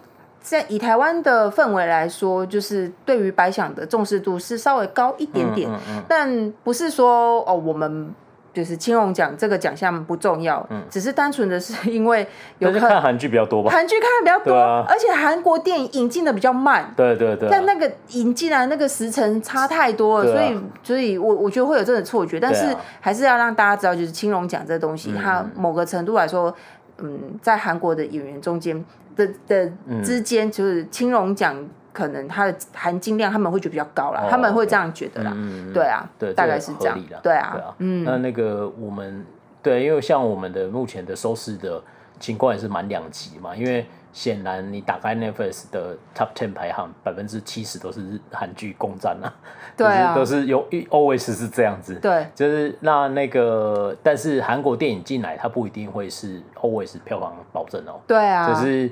S1: 在以台湾的氛围来说，就是对于白想的重视度是稍微高一点点，
S2: 嗯嗯
S1: 但不是说哦我们。就是青龙奖这个奖项不重要，只是单纯的是因为有
S2: 嗯但是
S1: 可
S2: 看韩剧比较多 吧？
S1: 韩剧看的比较多，
S2: 对啊
S1: 而且韩国电影引进的比较慢，
S2: 对对对啊，
S1: 但那个引进来那个时辰差太多了，
S2: 对啊
S1: 所以所以我我觉得会有这种错觉，但
S2: 对
S1: 是
S2: 啊嗯
S1: 还是要让大家知道，就是青龙奖这东西，它某个程度来说，嗯，在韩国的演员中间的的
S2: 嗯
S1: 之间，就是青龙奖可能它的含金量他们会觉得比较高啦，
S2: 哦嗯
S1: 他们会这样觉得啦，对啊，
S2: 对，
S1: 大
S2: 这
S1: 概
S2: 个
S1: 是
S2: 合
S1: 这样
S2: 理啦，
S1: 对
S2: 对
S1: 啊
S2: 啊，，嗯，那那个我们对，因为像我们的目前的收视的情况也是蛮两极嘛，因为显然你打开 Netflix 的 Top Ten 排行，百分之七十都是日韩剧攻占啊，
S1: 对啊
S2: 就是都是有 always 是这样子，
S1: 对
S2: 就是那那个，但是韩国电影进来，它不一定会是 always 票房保证哦，
S1: 对啊，
S2: 就是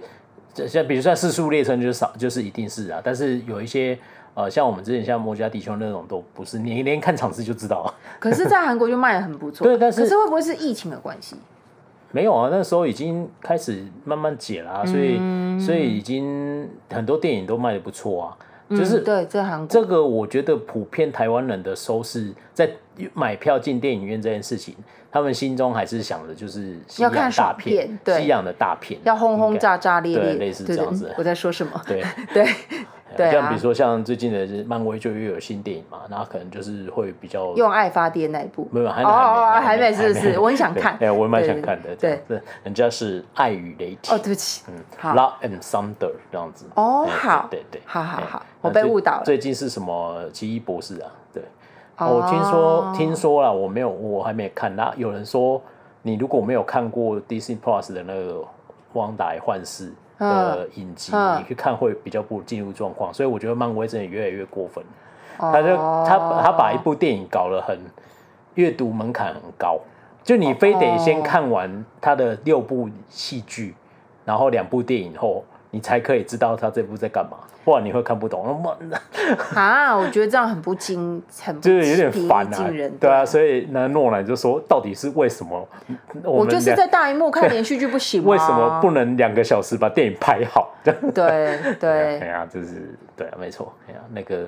S2: 这像比如说《四速列车》就是少，就是一定是啊。但是有一些呃，像我们之前像《摩加弟兄》那种都不是，你连看场次就知道 啊。
S1: 可是，在韩国就卖的很不错，
S2: 对但是
S1: 可是会不会是疫情的关系？
S2: 没有啊，那时候已经开始慢慢解啦、所以、
S1: 嗯
S2: 所以已经很多电影都卖的不错啊。就是
S1: 嗯、对，在韩国
S2: 这个我觉得普遍台湾人的收视，在买票进电影院这件事情，他们心中还是想的就是西
S1: 要
S2: 洋
S1: 看
S2: 大
S1: 爽
S2: 片，
S1: 片对
S2: 西洋的大片
S1: 要轰轰
S2: 应该
S1: 炸炸烈烈，
S2: 对类似这样子
S1: 嗯我在说什么？
S2: 对。
S1: 对对
S2: 像
S1: 啊
S2: 比如，说像最近的是漫威就又有新电影嘛，那可能就是会比较
S1: 用爱发电那一部，
S2: 没有还
S1: 哦
S2: 没
S1: 哦哦，还
S2: 没
S1: 没是不
S2: 还
S1: 是？我很想看，
S2: 对哎，我也蛮
S1: 对
S2: 想看的。
S1: 对，
S2: 这样子人家是《爱与雷
S1: 哦，
S2: 霆》
S1: 对不起，嗯，好，
S2: （Love and Thunder） 这样子。
S1: 哦
S2: 哎
S1: 好
S2: 对对，对
S1: 好好
S2: 哎
S1: 好
S2: 那
S1: 我被
S2: 最
S1: 误导了
S2: 最近是什么《奇异博士》啊？对，哦我听说听说了，我没有，我还没看。那有人说，你如果没有看过 Disney Plus 的那个《旺达与幻视》，的影集，
S1: 嗯
S2: 你去看会比较不进入状况。所以我觉得漫威真的越来越过分，
S1: 他
S2: 他就他他把一部电影搞得很阅读门槛很高，就你非得先看完他的六部戏剧，然后两部电影后，你才可以知道他这部在干嘛，不然你会看不懂。那么
S1: 啊，我觉得这样很不精，很不
S2: 就是有点烦
S1: 平易
S2: 啊
S1: 近人，
S2: 对啊，，所以那诺兰就说，到底是为什么我
S1: 我
S2: 们
S1: 就是
S2: 两
S1: 在啊大荧幕看连续剧不行吗？
S2: 为什么不能两个小时把电影拍好？ 对
S1: 对
S2: 哎
S1: 对，
S2: 呀，就是对啊，没错，哎呀，那个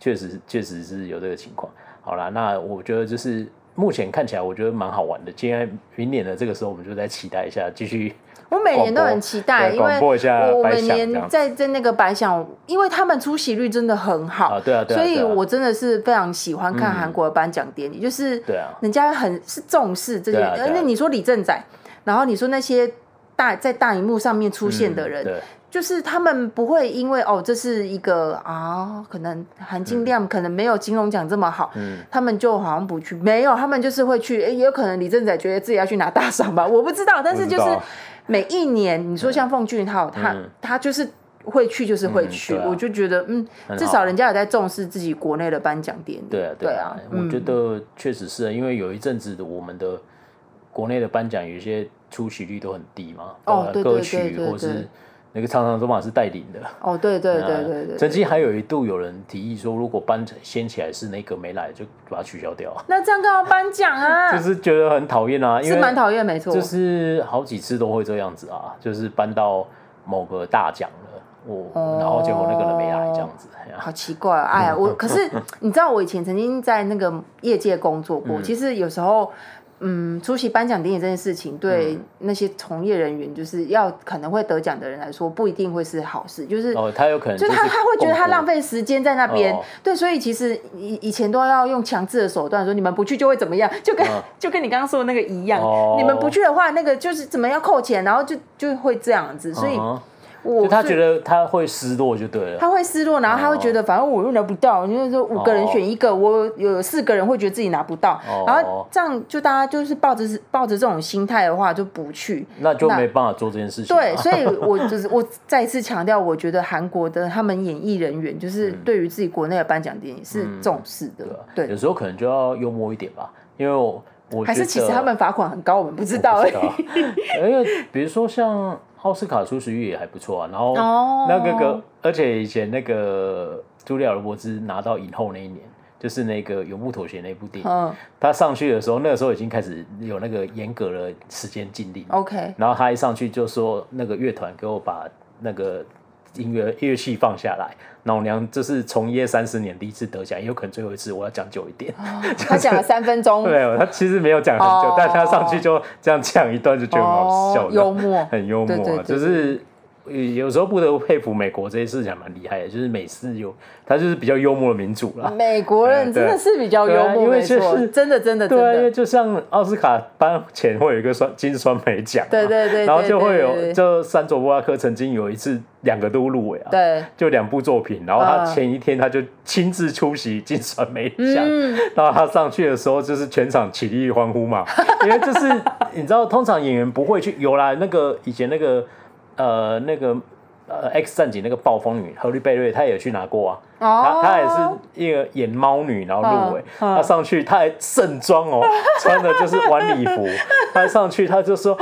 S2: 确实确实是有这个情况。好啦，那我觉得就是目前看起来，我觉得蛮好玩的。今天明年的这个时候，我们就再期待一下，继续
S1: 我每年都很期待，
S2: 对
S1: 因为
S2: 广播一下
S1: 我我
S2: 白
S1: 每
S2: 想这
S1: 年
S2: 样
S1: 在在那个白想，因为他们出席率真的很好
S2: 啊，，对啊，对啊，
S1: 所以
S2: 对啊嗯
S1: 我真的是非常喜欢看韩国的颁奖典礼，就是
S2: 对啊
S1: 人家很是重视这些。
S2: 对啊对啊
S1: 而且你说李正宰，然后你说那些大在大荧幕上面出现的人，
S2: 嗯对
S1: 就是他们不会因为哦这是一个啊，可能含金量、可能没有金融奖这么好，
S2: 嗯
S1: 他们就好像不去，没有，他们就是会去，诶也有可能李正宰觉得自己要去拿大赏吧，我不知道，但是
S2: 不
S1: 就
S2: 知
S1: 是
S2: 道
S1: 每一年，
S2: 嗯
S1: 你说像奉俊昊，他他就是会去，就是会去，
S2: 嗯对啊
S1: 我就觉得嗯，
S2: 很
S1: 至
S2: 好
S1: 少人家有在重视自己国内的颁奖典礼，
S2: 对啊，
S1: 对
S2: 啊
S1: 啊，，
S2: 我觉得确实是啊，因为有一阵子的我们的国内的颁奖有一些出席率都很低嘛，
S1: 哦
S2: 呃
S1: 对对
S2: 歌
S1: 对
S2: 曲
S1: 对
S2: 或
S1: 对
S2: 是那个常常都嘛是带领的。
S1: 哦，对对
S2: 啊
S1: 对对对
S2: 曾经还有一度有人提议说，如果颁先起来是那个没来，就把它取消掉，
S1: 那这样干嘛颁奖啊？
S2: 就是觉得很讨厌啊，因
S1: 是蛮
S2: 为
S1: 讨厌，没错，
S2: 就是好几次都会这样子啊，就是颁到某个大奖了，我、
S1: 哦
S2: 然后结果那个人没来这样子，哎呀
S1: 好奇怪、啊，哎呀，我可是你知道，我以前曾经在那个业界工作过，其实有时候。嗯，出席颁奖典礼这件事情，
S2: 嗯
S1: 对那些从业人员，就是要可能会得奖的人来说，不一定会是好事。就是
S2: 哦，他有可能
S1: 就是他他会觉得他浪
S2: 费，
S1: 费时间在那边，
S2: 哦
S1: 对，所以其实以以前都要用强制的手段说你们不去就会怎么样，就跟、
S2: 嗯
S1: 就跟你刚刚说的那个一样，
S2: 哦
S1: 你们不去的话，那个就是怎么样扣钱，然后就就会这样子，所以
S2: 嗯哼
S1: 我
S2: 就他哦
S1: 所以
S2: 觉得他会失落就对了，
S1: 他会失落，然后他会觉得反正我又拿不到，因为说五个人选一个，我有四个人会觉得自己拿不到，
S2: 哦
S1: 然后这样就大家就是抱着抱着这种心态的话就不去，
S2: 那就没办法做这件事情、啊。
S1: 对，所 以我就是我再一次强调，我觉得韩国的他们演艺人员就是
S2: 嗯
S1: 对于自己国内的颁奖典礼是重视的，对，
S2: 有时候可嗯啊能就要幽默一点吧，因为我我
S1: 还是
S2: 觉
S1: 其实
S2: 得
S1: 他们罚款很高，我们不知道欸而
S2: 我不
S1: 已
S2: 知道，啊因为比如说像奥斯卡出席率也还不错啊，然后
S1: 哦
S2: 那个个，而且以前那个茱莉亚·罗伯兹拿到影后那一年，就是那个《永不妥协》那部电 影，
S1: 嗯
S2: 她上去的时候，那个时候已经开始有那个严格的时间禁令，
S1: ，OK，
S2: 然后她一上去就说那个乐团给我把那个。音乐乐器放下来，老娘这是从业三十年第一次得奖，也有可能最后一次，我要讲久一点。
S1: 他讲了三分 钟，
S2: 没有，他其实没有讲很久，
S1: 哦
S2: 但他上去就这样讲一段，就觉得很好笑
S1: 哦，
S2: 的，，
S1: 幽默
S2: 很幽默、
S1: 对
S2: 啊，
S1: 对对
S2: 就是。呃有时候不得不佩服美国这些事情还蛮厉害的，就是美式有，他就是比较幽默的民主啦。
S1: 美国人真的是比较幽
S2: 嗯对啊
S1: 默，
S2: 因为
S1: 没错
S2: 就是，
S1: 真的真的真
S2: 对啊，因
S1: 的，
S2: 为就像奥斯卡颁前会有一个酸金酸梅奖嘛，
S1: 对对对对
S2: 然后就会
S1: 对对对
S2: 有，就山卓布拉克曾经有一次两个都入围啊，
S1: 对。
S2: 就两部作品，然后
S1: 嗯
S2: 他前一天他就亲自出席金传媒奖，
S1: 嗯
S2: 然后他上去的时候就是全场起立欢 呼嘛，因为就是你知道，通常演员不会去有啦，那个以前那个呃那个呃 X 战警那个暴风女何丽贝瑞，她也去拿过啊。她
S1: 哦，
S2: 她也是一个演猫女，然后入围。
S1: 嗯嗯
S2: 她上去，她还盛 装哦，穿的就是晚礼服。她上去，她就说：“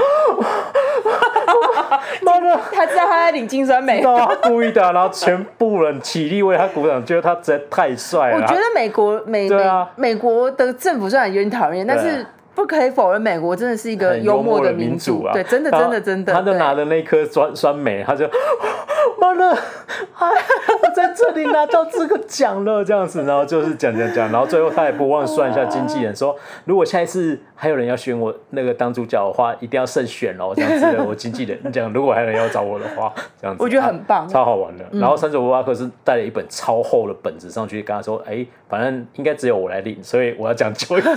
S2: 妈的，
S1: 他知道他在领金酸梅
S2: 知。道他故意的啊、然后全部人起立为他鼓掌，觉得他实在太帅了。
S1: 我觉得美国美
S2: 哎对啊
S1: 美美国的政府虽然有点讨厌，但是不可以否认，美国真的是一
S2: 他
S1: 个
S2: 很幽
S1: 默
S2: 的
S1: 民
S2: 主啊，
S1: 对，真的
S2: 然
S1: 真
S2: 后
S1: 的真的。
S2: 他就
S1: 对
S2: 拿着那颗酸酸梅，他就 妈的， 啊我在这里拿到这个奖了，这样子，然后就是讲讲讲，然后最后他也不忘算一下经纪人说，如果下一次还有人要选我那个当主角的话，一定要慎选哦，这样子的。我经纪人这样，如果还有人要找我的 话，这样子，
S1: 我觉得很棒嗯
S2: 啊超好玩的。然后山卓布拉克是带了一本超厚的本子上去，跟他说：“哎、反 正应该只有我来领，所以我要讲究一点。”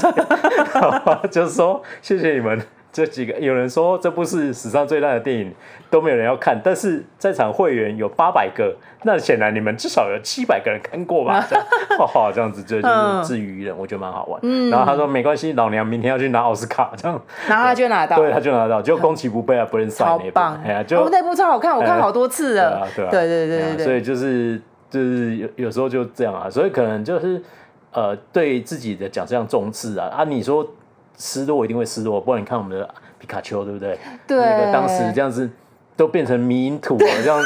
S2: 然后他就说：“谢谢你们。”这几个有人说这部是史上最烂的电影，都没有人要看，但是在场会员有八百个，那显然你们至少有七百个人看
S1: 嗯
S2: 过吧？这样 哈哈，这样子这就是治愈人，我觉得蛮好玩。
S1: 嗯
S2: 然后他说没关系，老娘明天要去拿奥斯卡，这样
S1: 然后他就拿到，
S2: 对他就拿到，就宫崎不备啊，不能赛
S1: 超
S2: 那一部
S1: 棒！
S2: 哎呀，
S1: 哦
S2: 就哎
S1: 那部超好看，我看好多次了。
S2: 对
S1: 对
S2: 啊对啊
S1: 对对对
S2: 所
S1: 对
S2: 以就是就是有有时候就这样啊，所以可能就是呃对自己的奖项重视啊啊，你说失落一定会失落，不然你看我们的皮卡丘对不对？
S1: 对
S2: 那个当时这样子都变成迷因图了，啊这样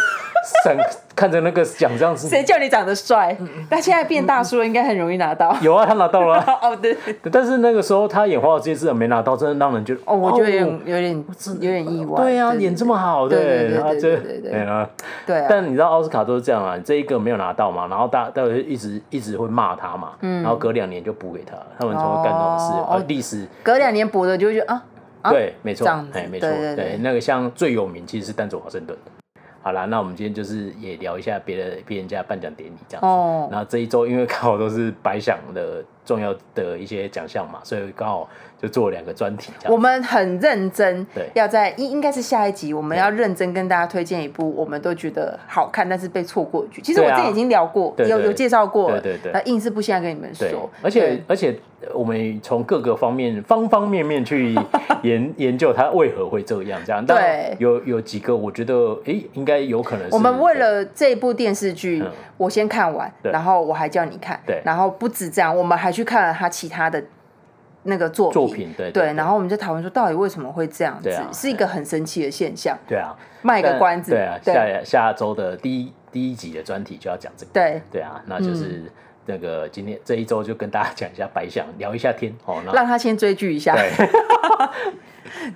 S2: 闪 看着那个奖项是
S1: 谁叫你长得帅？但现在变大叔了应该很容易拿 到。
S2: 有啊，他拿到了啊、
S1: 哦，对，
S2: 但是那个时候他演《花花世界》没拿到，真的让人觉得
S1: 哦，我觉得有点有点有点意外。
S2: 对啊，演这么好，
S1: 对对对
S2: 然后
S1: 对
S2: 就
S1: 对对对
S2: 哎呀
S1: 对啊，
S2: 但你知道奥斯卡都是这样啊，这一个没有拿到嘛，然后大大家就一直一直会骂他嘛，然后隔两年就补给他，他们才会干这种事
S1: 嗯哦。
S2: 而
S1: 哦
S2: 历史
S1: 隔两年补的就会觉得啊啊，
S2: 对，没错
S1: 这样，子
S2: 哎，没错，
S1: 对对对
S2: 对，那个像最有名其实是丹佐华盛顿。好啦，那我们今天就是也聊一下别的别人家颁奖典礼这样子。
S1: 哦
S2: 然后这一周因为刚好都是白想的重要的一些奖项嘛，所以刚好就做了两个专题这
S1: 我
S2: 样。
S1: 们很认真
S2: 对，
S1: 要在应应该是下一集，我们要认真跟大家推荐一部我们都觉得好看，但是被错过的剧。其实我
S2: 对啊
S1: 之前已经聊过，
S2: 对对
S1: 有有介绍过了，
S2: 对对对
S1: 那硬是不现在跟你们
S2: 对
S1: 说，，
S2: 而且而且我们从各个方面方方面面去研研究它为何会这样这样。但
S1: 对
S2: 有有几个我觉得诶应该有可能是
S1: 我们为了这部电视剧
S2: 嗯，
S1: 我先看完，
S2: 对
S1: 然后我还叫你看
S2: 对，
S1: 然后不止这样，我们还去看了他其他的那个作
S2: 作品对
S1: 对，
S2: 对
S1: 然后我们就讨论说到底为什么会这样子
S2: 对啊，
S1: 是一个很神奇的现象。
S2: 对啊
S1: 卖个
S2: 但
S1: 关子，
S2: 对啊，下下周的第一第一集的专题就要讲这个。
S1: 对，
S2: 对啊，那就是
S1: 嗯
S2: 那个今天这一周就跟大家讲一下白想，聊一下天哦。那
S1: 让他先追剧一下。
S2: 对，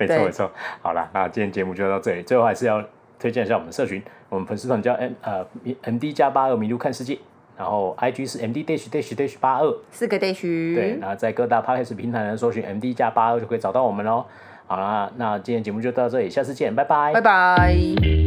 S2: 没错
S1: 对
S2: 没错。好啦，那今天节目就到这里。最后还是要推荐一下我们的社群，我们粉丝团叫 M 呃 M D 加八二迷路看世界，然后 I G 是 M D dash dash dash 八二，
S1: 四个 d a
S2: 对，那在各大 podcast 平台呢搜寻 M D 加八二就可以找到我们喽。好啦，那今天节目就到这里，下次见，拜拜
S1: 拜。拜。